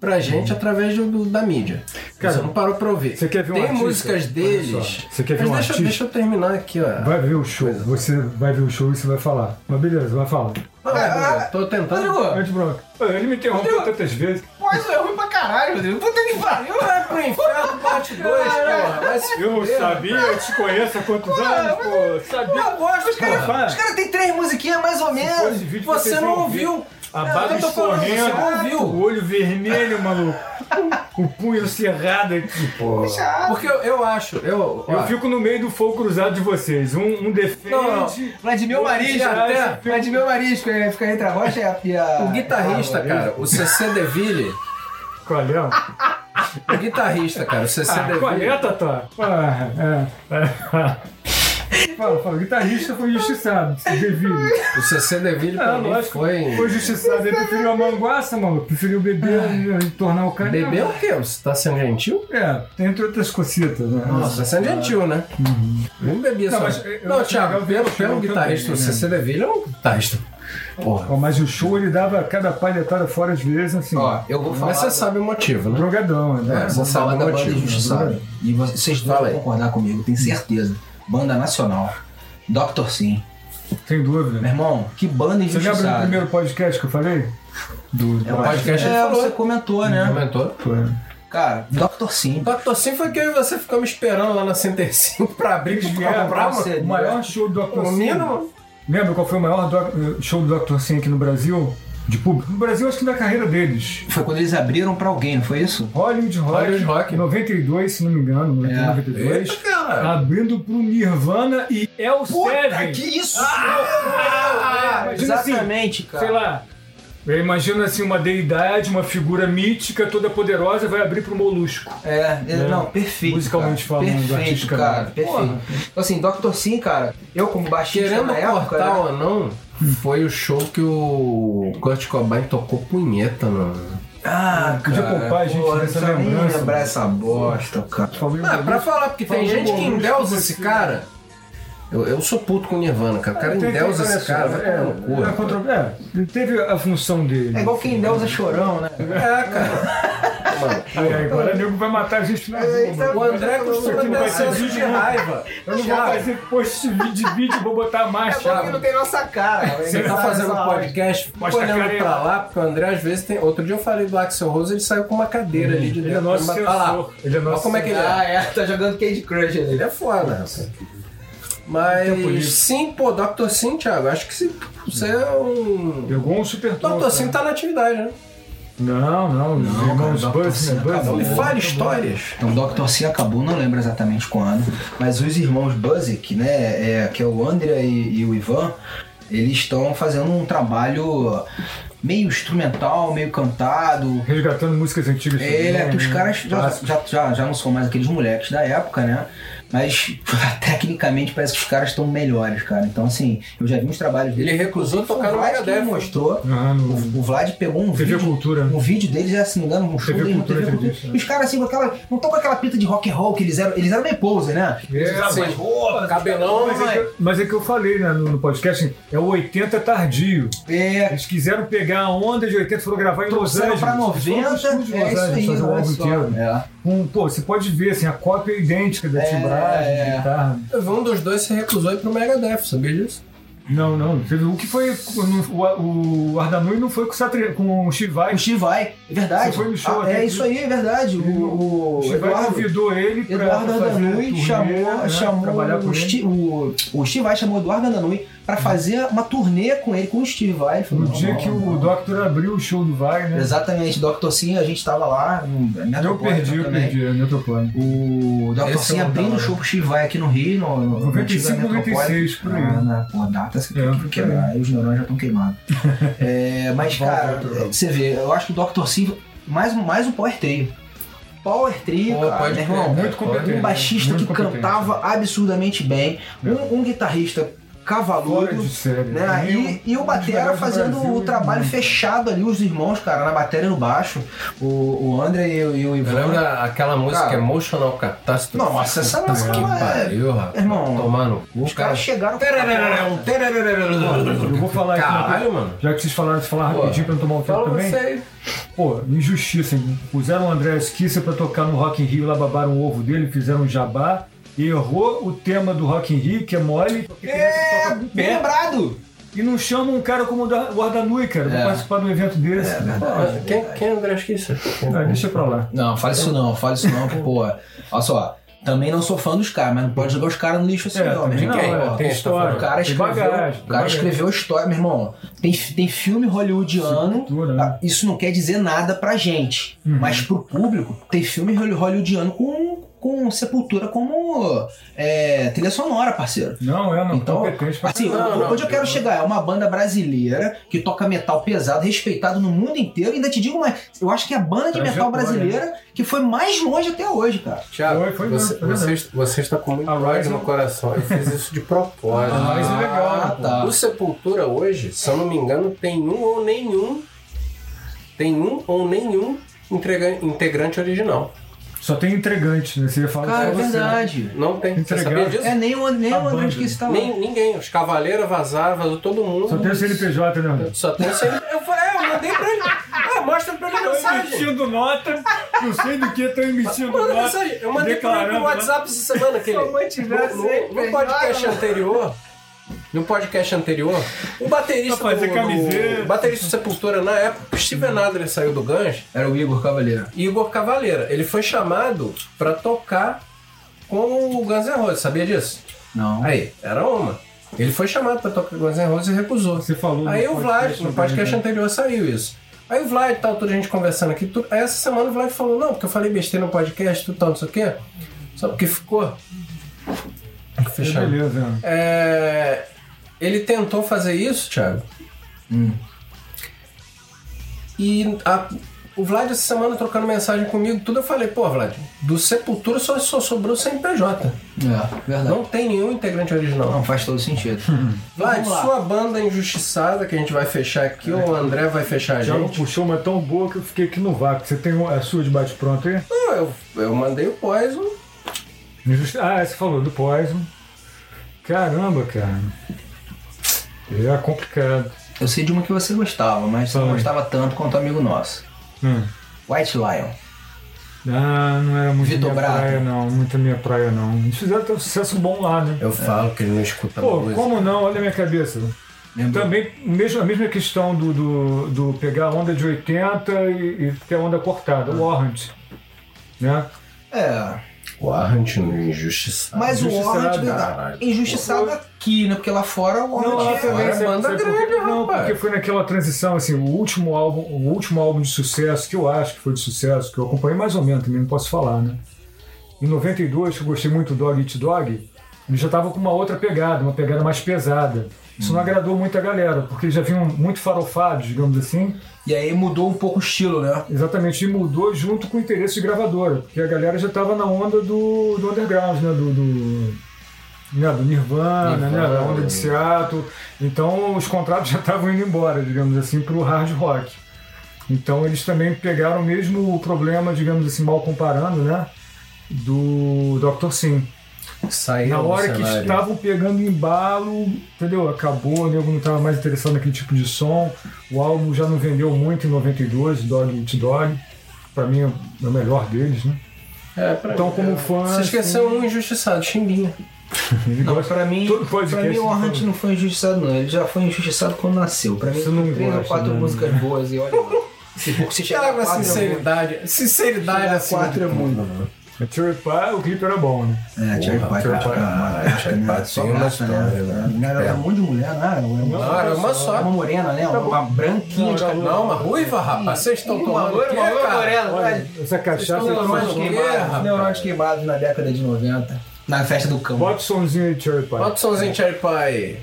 pra gente através do- do- da mídia.
Cara,
você não parou pra ouvir.
você quer ver um
Tem
artista?
músicas
Olha
deles.
só, você quer ver
mas
um
deixa,
artista?
deixa eu terminar aqui, ó.
Vai ver o show, você vai ver o show e você vai falar. Mas beleza, vai falar.
Ah, ah, tô tentando.
Rodrigo,
Antes bronca. Ele me interrompeu tantas vezes.
pois é ruim pra caralho, Rodrigo. Puta que pariu.
Vai pro inferno, parte 2, porra. Vai se
Eu não
fuder.
sabia, eu te conheço há quantos anos, pô. Sabia.
Eu gosto,
Os
cara.
caras cara têm três musiquinhas mais ou menos.
Esse um vídeo
Você
vocês
não
vão
ouviu.
é A
Não,
barba
eu tô falando, você
escorrendo,
não ouviu.
o olho vermelho, maluco. O punho cerrado aqui, pô.
Porque eu, eu acho, eu. ó,
Eu fico no meio do fogo cruzado de vocês. Um, um defende.
Não, não.
Vladimir Marisco. né?
Já até-
Vladimir Marisco, ele fica entre a rocha e a... E a
O
Ah,
guitarrista, cara, o CC Deville.
Qual é?
O guitarrista, cara, o CC
Ah, qual
Deville.
é, Tata? Ah, é, é. Fala, fala, o guitarrista foi injustiçado, se devido.
O CC Deville pra
Ah,
mim
lógico.
foi.
Foi justiçado, ele preferiu a manguaça, maluco. Preferiu beber e tornar o cara.
Beber o quê? Você tá sendo gentil?
É, entre outras cositas, né?
Você tá sendo gentil, né? Não bebia
Uhum. Não,
só.
mas eu-
não,
eu-
Thiago,
eu-
pelo,
eu-
pelo
eu-
guitarrista, o
eu-
CC Deville é um guitarrista. Porra.
Ó, mas o show ele dava cada palhetada fora às vezes, assim.
Ó, eu vou falar...
Mas você
da-
sabe o motivo, né?
Drogadão, né?
É,
Vou
você
falar
sabe
da
o
banda
motivo.
injustiçada. E né? vocês dois
Fala
vão
aí. Hum.
concordar comigo, tenho certeza. Banda nacional. Dr. Sim.
Sem dúvida.
Meu irmão, que banda
Você lembra do
injustiçada.
primeiro podcast que eu falei? Do, do-
É o podcast
podcast ele
é,
falou.
você comentou, né?
Comentou?
Foi.
Cara, Dr. Sim.
Dr. Sim foi que eu e você ficamos esperando lá na Center 5 pra abrir um
Eles
pra
vieram assim,
comprar,
pra
mano.
o maior show do Dr.
O
Sim.
mínimo.
Lembra qual foi o maior do- show do Dr. Sim aqui no Brasil? De público? No Brasil, acho que da carreira deles.
Foi quando eles abriram pra alguém, não foi isso?
Hollywood Rock,
Hollywood Rock.
92, se não me engano, 91,
É.
92.
Eita, cara.
Abrindo pro Nirvana e El Seven.
isso!
Ah, imagina assim,
Exatamente,
Sei
cara.
lá. Eu imagino assim, uma deidade, uma figura mítica, toda poderosa, vai abrir pro molusco.
É, é,
Né?
não, perfeito.
Musicalmente
cara.
falando,
perfeito,
artisticamente.
cara,
Porra.
perfeito. Então, assim, Dr. Sim, cara, eu como baixista
Querendo
na época.
cortar
né?
ou não, foi o show que o Kurt Cobain tocou punheta, mano.
Ah,
Podia
cara.
poupar a gente
pô,
dessa
não precisa nem
lembrança.
lembrar essa bosta, cara.
Falei
Ah, pra falar, porque tem
Falou
gente é que
molusco,
endeusa
você-
esse cara. Eu, eu sou puto com o Nirvana, cara. O cara endeusa esse cara, vai tomar no cu. né?
é, é,
cara.
contra- é, ele teve a função dele.
É igual quem Deus é chorão, né?
É, cara.
Aí, agora o nego vai matar a gente na
É,
rua.
O André costuma
Isso aqui não vai
ter
ser
senso de
vídeo.
raiva.
Eu não vou
Thiago,
fazer post de vídeo, vou botar mais,
Porque
Thiago.
é não tem nossa cara. né?
Você tá
Sabe
fazendo
essa hora.
podcast,
Mostra
fica
a
olhando
cara
pra
aí.
lá, porque o André às vezes tem. Outro dia eu falei do Axel Rose, ele saiu com uma cadeira ali de
Ele
dentro.
é nosso
Olha lá.
sensor. Ele é
Olha
nosso
como é que ele é.
Ah, é, tá jogando Candy Crush ali.
Ele é foda, rapaz. Mas
Tempo livre.
sim, pô, Dr. Sim, Thiago, acho que se você é um.
Pegou um super
Dr. Sim tá na atividade, né?
Não, não, os irmãos
cara,
Buzz,
Dr. Sim
né? Buzz,
acabou.
Me
né?
Tá
fale histórias.
Então, Dr. C acabou, não lembro exatamente quando, mas os irmãos Buzik, né, é, que é o André e, e o Ivan, eles estão fazendo um trabalho meio instrumental, meio cantado.
Resgatando músicas antigas.
É,
também,
que os
né?
caras já,
Clássicos.
já, já, já não são mais aqueles moleques da época, né? Mas tecnicamente parece que os caras estão melhores, cara. Então, assim, eu já vi uns trabalhos
Ele
dele.
recusou tocar no Megadeth.
mostrou.
Ah, no-
O, o Vlad pegou um
TV
vídeo.
Cultura.
Um vídeo deles, é, se não me engano, um show
TV
deles no
Cultura
TV Cultura.
entrevista, né?
E os caras assim com aquela. Não estão com aquela pinta de rock and roll que eles eram. Eles eram meio poser, né?
É,
Sim.
mas-
Cabelão,
mas, é que, eu- mas é que eu falei né, no, no podcast, assim, é o 80 tardio.
É.
Eles quiseram pegar a onda de 80 e foram gravar em Los
Trouxeram
Angeles.
pra
Foram
90.
pro estúdio de
É
Los
isso
Angeles
aí,
fazer o
olha
álbum
só.
inteiro.
É.
Um, pô, você pode ver, assim, a cópia é idêntica da timbragem,
é.
de guitarra.
Um dos dois se recusou a ir pro Megadeth, sabia disso?
Não, não. Teve o que foi. com- O, o Ardanui não foi com o, Satri, com o Chivai.
O Steve vai, é verdade.
Você foi no show
Ah, é
aqui.
isso aí, é verdade. O,
O
o
Chivai
Eduardo.
convidou ele pra.
Eduardo
pra fazer a
Adanui
turnê,
chamou,
né, trabalhar
chamou
com
o,
ele. Uhum.
Steve, o, o Steve Vai chamou o Eduardo Adanui pra fazer uma turnê com ele, com o Steve Vai. Ele falou,
No
não,
dia
não,
que
não.
o Doctor abriu o show do Vai, né?
Exatamente, Dr. Sim, a gente tava lá. no
Eu
Metropolitan
perdi, eu
também.
perdi, é Metroplano.
O Dr.
Esse
Sim
eu não
abrindo o
tava.
show pro Chivai aqui no Rio, no, no, no
95,
antigo
96, por aí.
Metropolitan. Ah, na pô, a data você
É,
tem que quebrar, aí os neurônios já estão queimados. É, mas,
Volta,
cara,
outro jogo.
você vê, eu acho que o Dr. Sim, mais, um- mais um Power Trio. Power Trio,
Pô,
cara,
pode
meu irmão.
crer.
É, Muito
Pode.
competente.
Um baixista
Muito
que
competente.
cantava absurdamente bem, um, um guitarrista
Fora
cavaludo.
de série.
Né? Aí,
E
e o
um dos
Batera
melhores do
fazendo
Brasil né?
o
e-
trabalho fechado ali, os irmãos, cara, na bateria e no baixo. O, o André e, o- e o
Eu
Ivan.
lembro da- aquela música
Cara.
Emotional Catastrophe.
Nossa, essa
Puta
música
que
é-
pariu, rapaz.
Irmão,
Tomar no cu,
Os caras chegaram com
Tererererão, tererererão.
Eu vou falar aqui uma coisa.
Caralho, mano.
Já que vocês falaram de falar
Pô,
rapidinho pra não tomar o tempo
Fala
também.
você.
Pô, injustiça, hein? Puseram o André Esquissa pra tocar no Rock in Rio, lá babaram o ovo dele, fizeram um jabá. E errou o tema do Rock in Rio, que é mole. porque criança
É,
toca com o
bem
pé.
lembrado.
E não chamam um cara como o da- o Ardanui, cara, pra
É.
participar de um evento desse.
Ah, Quem, quem é André Esquissa?
Ah, deixa pra lá.
Não, fala isso não, fala isso não, que, pô. Olha só, também não sou fã dos caras, mas não pode jogar os caras no lixo assim,
É,
não, meu
também
irmão.
quem?
não, é,
Ó,
tem
quem tá falando?
história.
O cara
tem
escreveu,
bagagem,
o cara
tem bagagem.
escreveu história, meu irmão. Tem, tem filme hollywoodiano.
Cultura, né? Uhum.
ah, Isso não quer dizer nada pra gente. Mas pro público, tem filme holly- hollywoodiano com, com sepultura como é, trilha sonora, parceiro.
Não, é, não.
Então,
competente pra
assim,
Não, não,
onde eu quero
não.
chegar é uma banda brasileira que toca metal pesado, respeitado no mundo inteiro. E ainda te digo mais, eu acho que é a banda de
Trajetória,
metal
né?
brasileira que foi mais longe até hoje, cara.
Thiago,
Foi, foi
você,
mesmo, foi
você, você está com muito
A
ódio
Rise-
no coração. Eu fiz isso de propósito.
Ah, mas é legal, né, pô?
tá.
O Sepultura hoje, se eu não me engano, tem um ou nenhum. Tem um ou nenhum entrega- integrante original.
Só tem entregante, né? Você ia falar
Cara, é
pra você.
verdade.
Não tem. Você
Entregar.
sabia disso?
É nem o, nem
A
o André
banda.
que estava.
Nem, ninguém. Os Cavaleiros vazaram, vazou todo mundo.
Só tem o CNPJ, né? André?
Só tem o CNP. Eu falei, é, eu mandei pra ele. Ah, mostra pra ele a mensagem.
nota, não sei do que estão emitindo
Manda mensagem. Eu mandei pra ele pelo
declarando, né?
WhatsApp essa semana. Aquele, no, no, no podcast anterior. No podcast anterior, o baterista
Pra fazer
do,
camiseta.
do o baterista do Sepultura na época, o Steven Adler saiu do Guns,
Era o Igor Cavaleiro.
e Igor Cavaleira, ele foi chamado pra tocar com o Guns N' Roses, sabia disso?
Não. é,
Aí, era uma. Ele foi chamado pra tocar com o Guns N' Roses e recusou.
Você falou
Aí
no
o
podcast
Vlad, no
anterior,
podcast é
né?
anterior saiu isso. Aí o Vlad, tal, toda a gente conversando aqui. tudo. Aí essa semana o Vlad falou, não, porque eu falei besteira no podcast, tudo tal, não sei o quê. Só porque ficou. Fechado.
Beleza, né?
É, ele tentou fazer isso, Thiago. E a- o Vlad essa semana trocando mensagem comigo, tudo eu falei, pô, Vlad, do Sepultura só, só sobrou o CNPJ.
É, verdade. Não,
Não tem nenhum integrante original.
faz todo sentido.
Vlad,
Então,
Vamos lá.
sua banda injustiçada que a gente vai fechar aqui, ou o André vai fechar a
Já não
gente.
puxou uma tão boa que eu fiquei aqui no vácuo. Você tem um, a sua de bate-pronto aí?
Não, eu, eu mandei o Poison.
Injusti- Ah, você falou do Poison. Caramba, cara. É complicado.
Eu sei de uma que você gostava, mas você não
Fala aí.
gostava tanto quanto um amigo nosso.
Hum.
White Lion.
Ah, não era muito
Vitor
minha
Braga.
praia, não. Muito minha praia, não. Eles fizeram até um sucesso bom lá, né?
Eu falo que ele não escuta
Pô,
música.
como não? Olha a minha cabeça.
Lembrou?
Também mesmo, a mesma questão do, do, do pegar a onda de 80 e, e ter a onda cortada, o Warrant. Né?
É.
O Arrant não é injustiçado.
Mas o
Injustiçado,
Warrant
caralho.
injustiçado aqui, né? Porque lá fora o
Não, lá
Warrant é...
também,
é
sabe-
banda
sabe por
grande,
quê? Não,
rapaz.
porque foi naquela transição, assim, o último álbum, o último álbum de sucesso, que eu acho que foi de sucesso, que eu acompanhei mais ou menos também, não posso falar, né? Em 92, que eu gostei muito do Dog Eat Dog, ele já tava com uma outra pegada, uma pegada mais pesada. Isso não agradou muito a galera, porque eles já vinham muito farofados, digamos assim.
E aí mudou um pouco o estilo, né?
Exatamente, e mudou junto com o interesse de gravadora, porque a galera já estava na onda do, do underground, né? Do, do, né? do
Nirvana,
Nirvana, né? Da onda
né?
de Seattle. Então os contratos já estavam indo embora, digamos assim, para o hard rock. Então eles também pegaram o mesmo problema, digamos assim, mal comparando, né? Do Dr. Sim.
Saiu
Na
do
hora que
É um
tá
cenário.
estavam pegando embalo, entendeu? Acabou, o nego não estava mais interessado naquele tipo de som. O álbum já não vendeu muito em 92, Dog Eat Dog. Pra mim é o melhor deles, né?
É, pra
Então,
mim,
como
é.
fã, assim.
Você esqueceu um injustiçado, Chimbinha.
Ele
Não,
gosta
pra mim,
todo
pra
podcast
mim o
ele
Warrant
fala.
não foi injustiçado, não. Ele já foi injustiçado quando nasceu. Pra mim,
Você não
tem três ou
gosta,
quatro
né?
músicas boas e olha. lá. Se for se
é
chegar a
Thiago, a
quatro,
sinceridade. Sinceridade
Chegar
acima
quatro
de
é
tudo,
muito.
mano.
A Cherry Pie, o clipe era bom, né?
É, Cherry Pie,
Cherry Pie,
cara.
Cherry Pie tem uma história, né?
Era um monte de mulher, né? Era uma-
Não, era uma só.
uma morena, né? Uma branquinha de
Não, era
cabelo.
Não, uma ruiva, rapaz. Vocês estão
um
tomando. o quê, cara?
Olha, essa cachaça.
estão um.
é
lembrando Mas
Neurônios
só-
que-
queimados,
guerra,
neurônios queimados na década de 90, na festa do cão.
Bota o somzinho aí de Cherry Pie.
Bota o somzinho, Cherry Pie.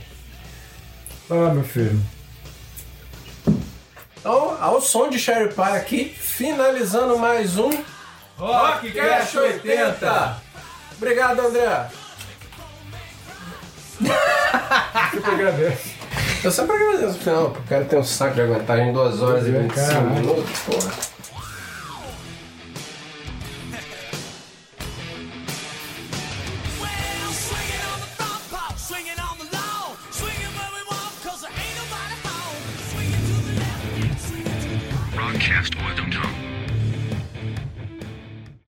Ah, meu filho.
Então, ao som de Cherry Pie aqui, finalizando mais um Rockcast 80. Obrigado, André.
Você que
Ah.
agradece.
Eu sempre agradeço no final, porque o cara tem um saco de aguentar em 2 horas e 25
Caralho.
minutos, porra.
Well, swinging on the front porch, swinging on the lawn, swinging where we want, 'cause there ain't nobody home. Swinging to the left, swinging to the right.
Broadcast was a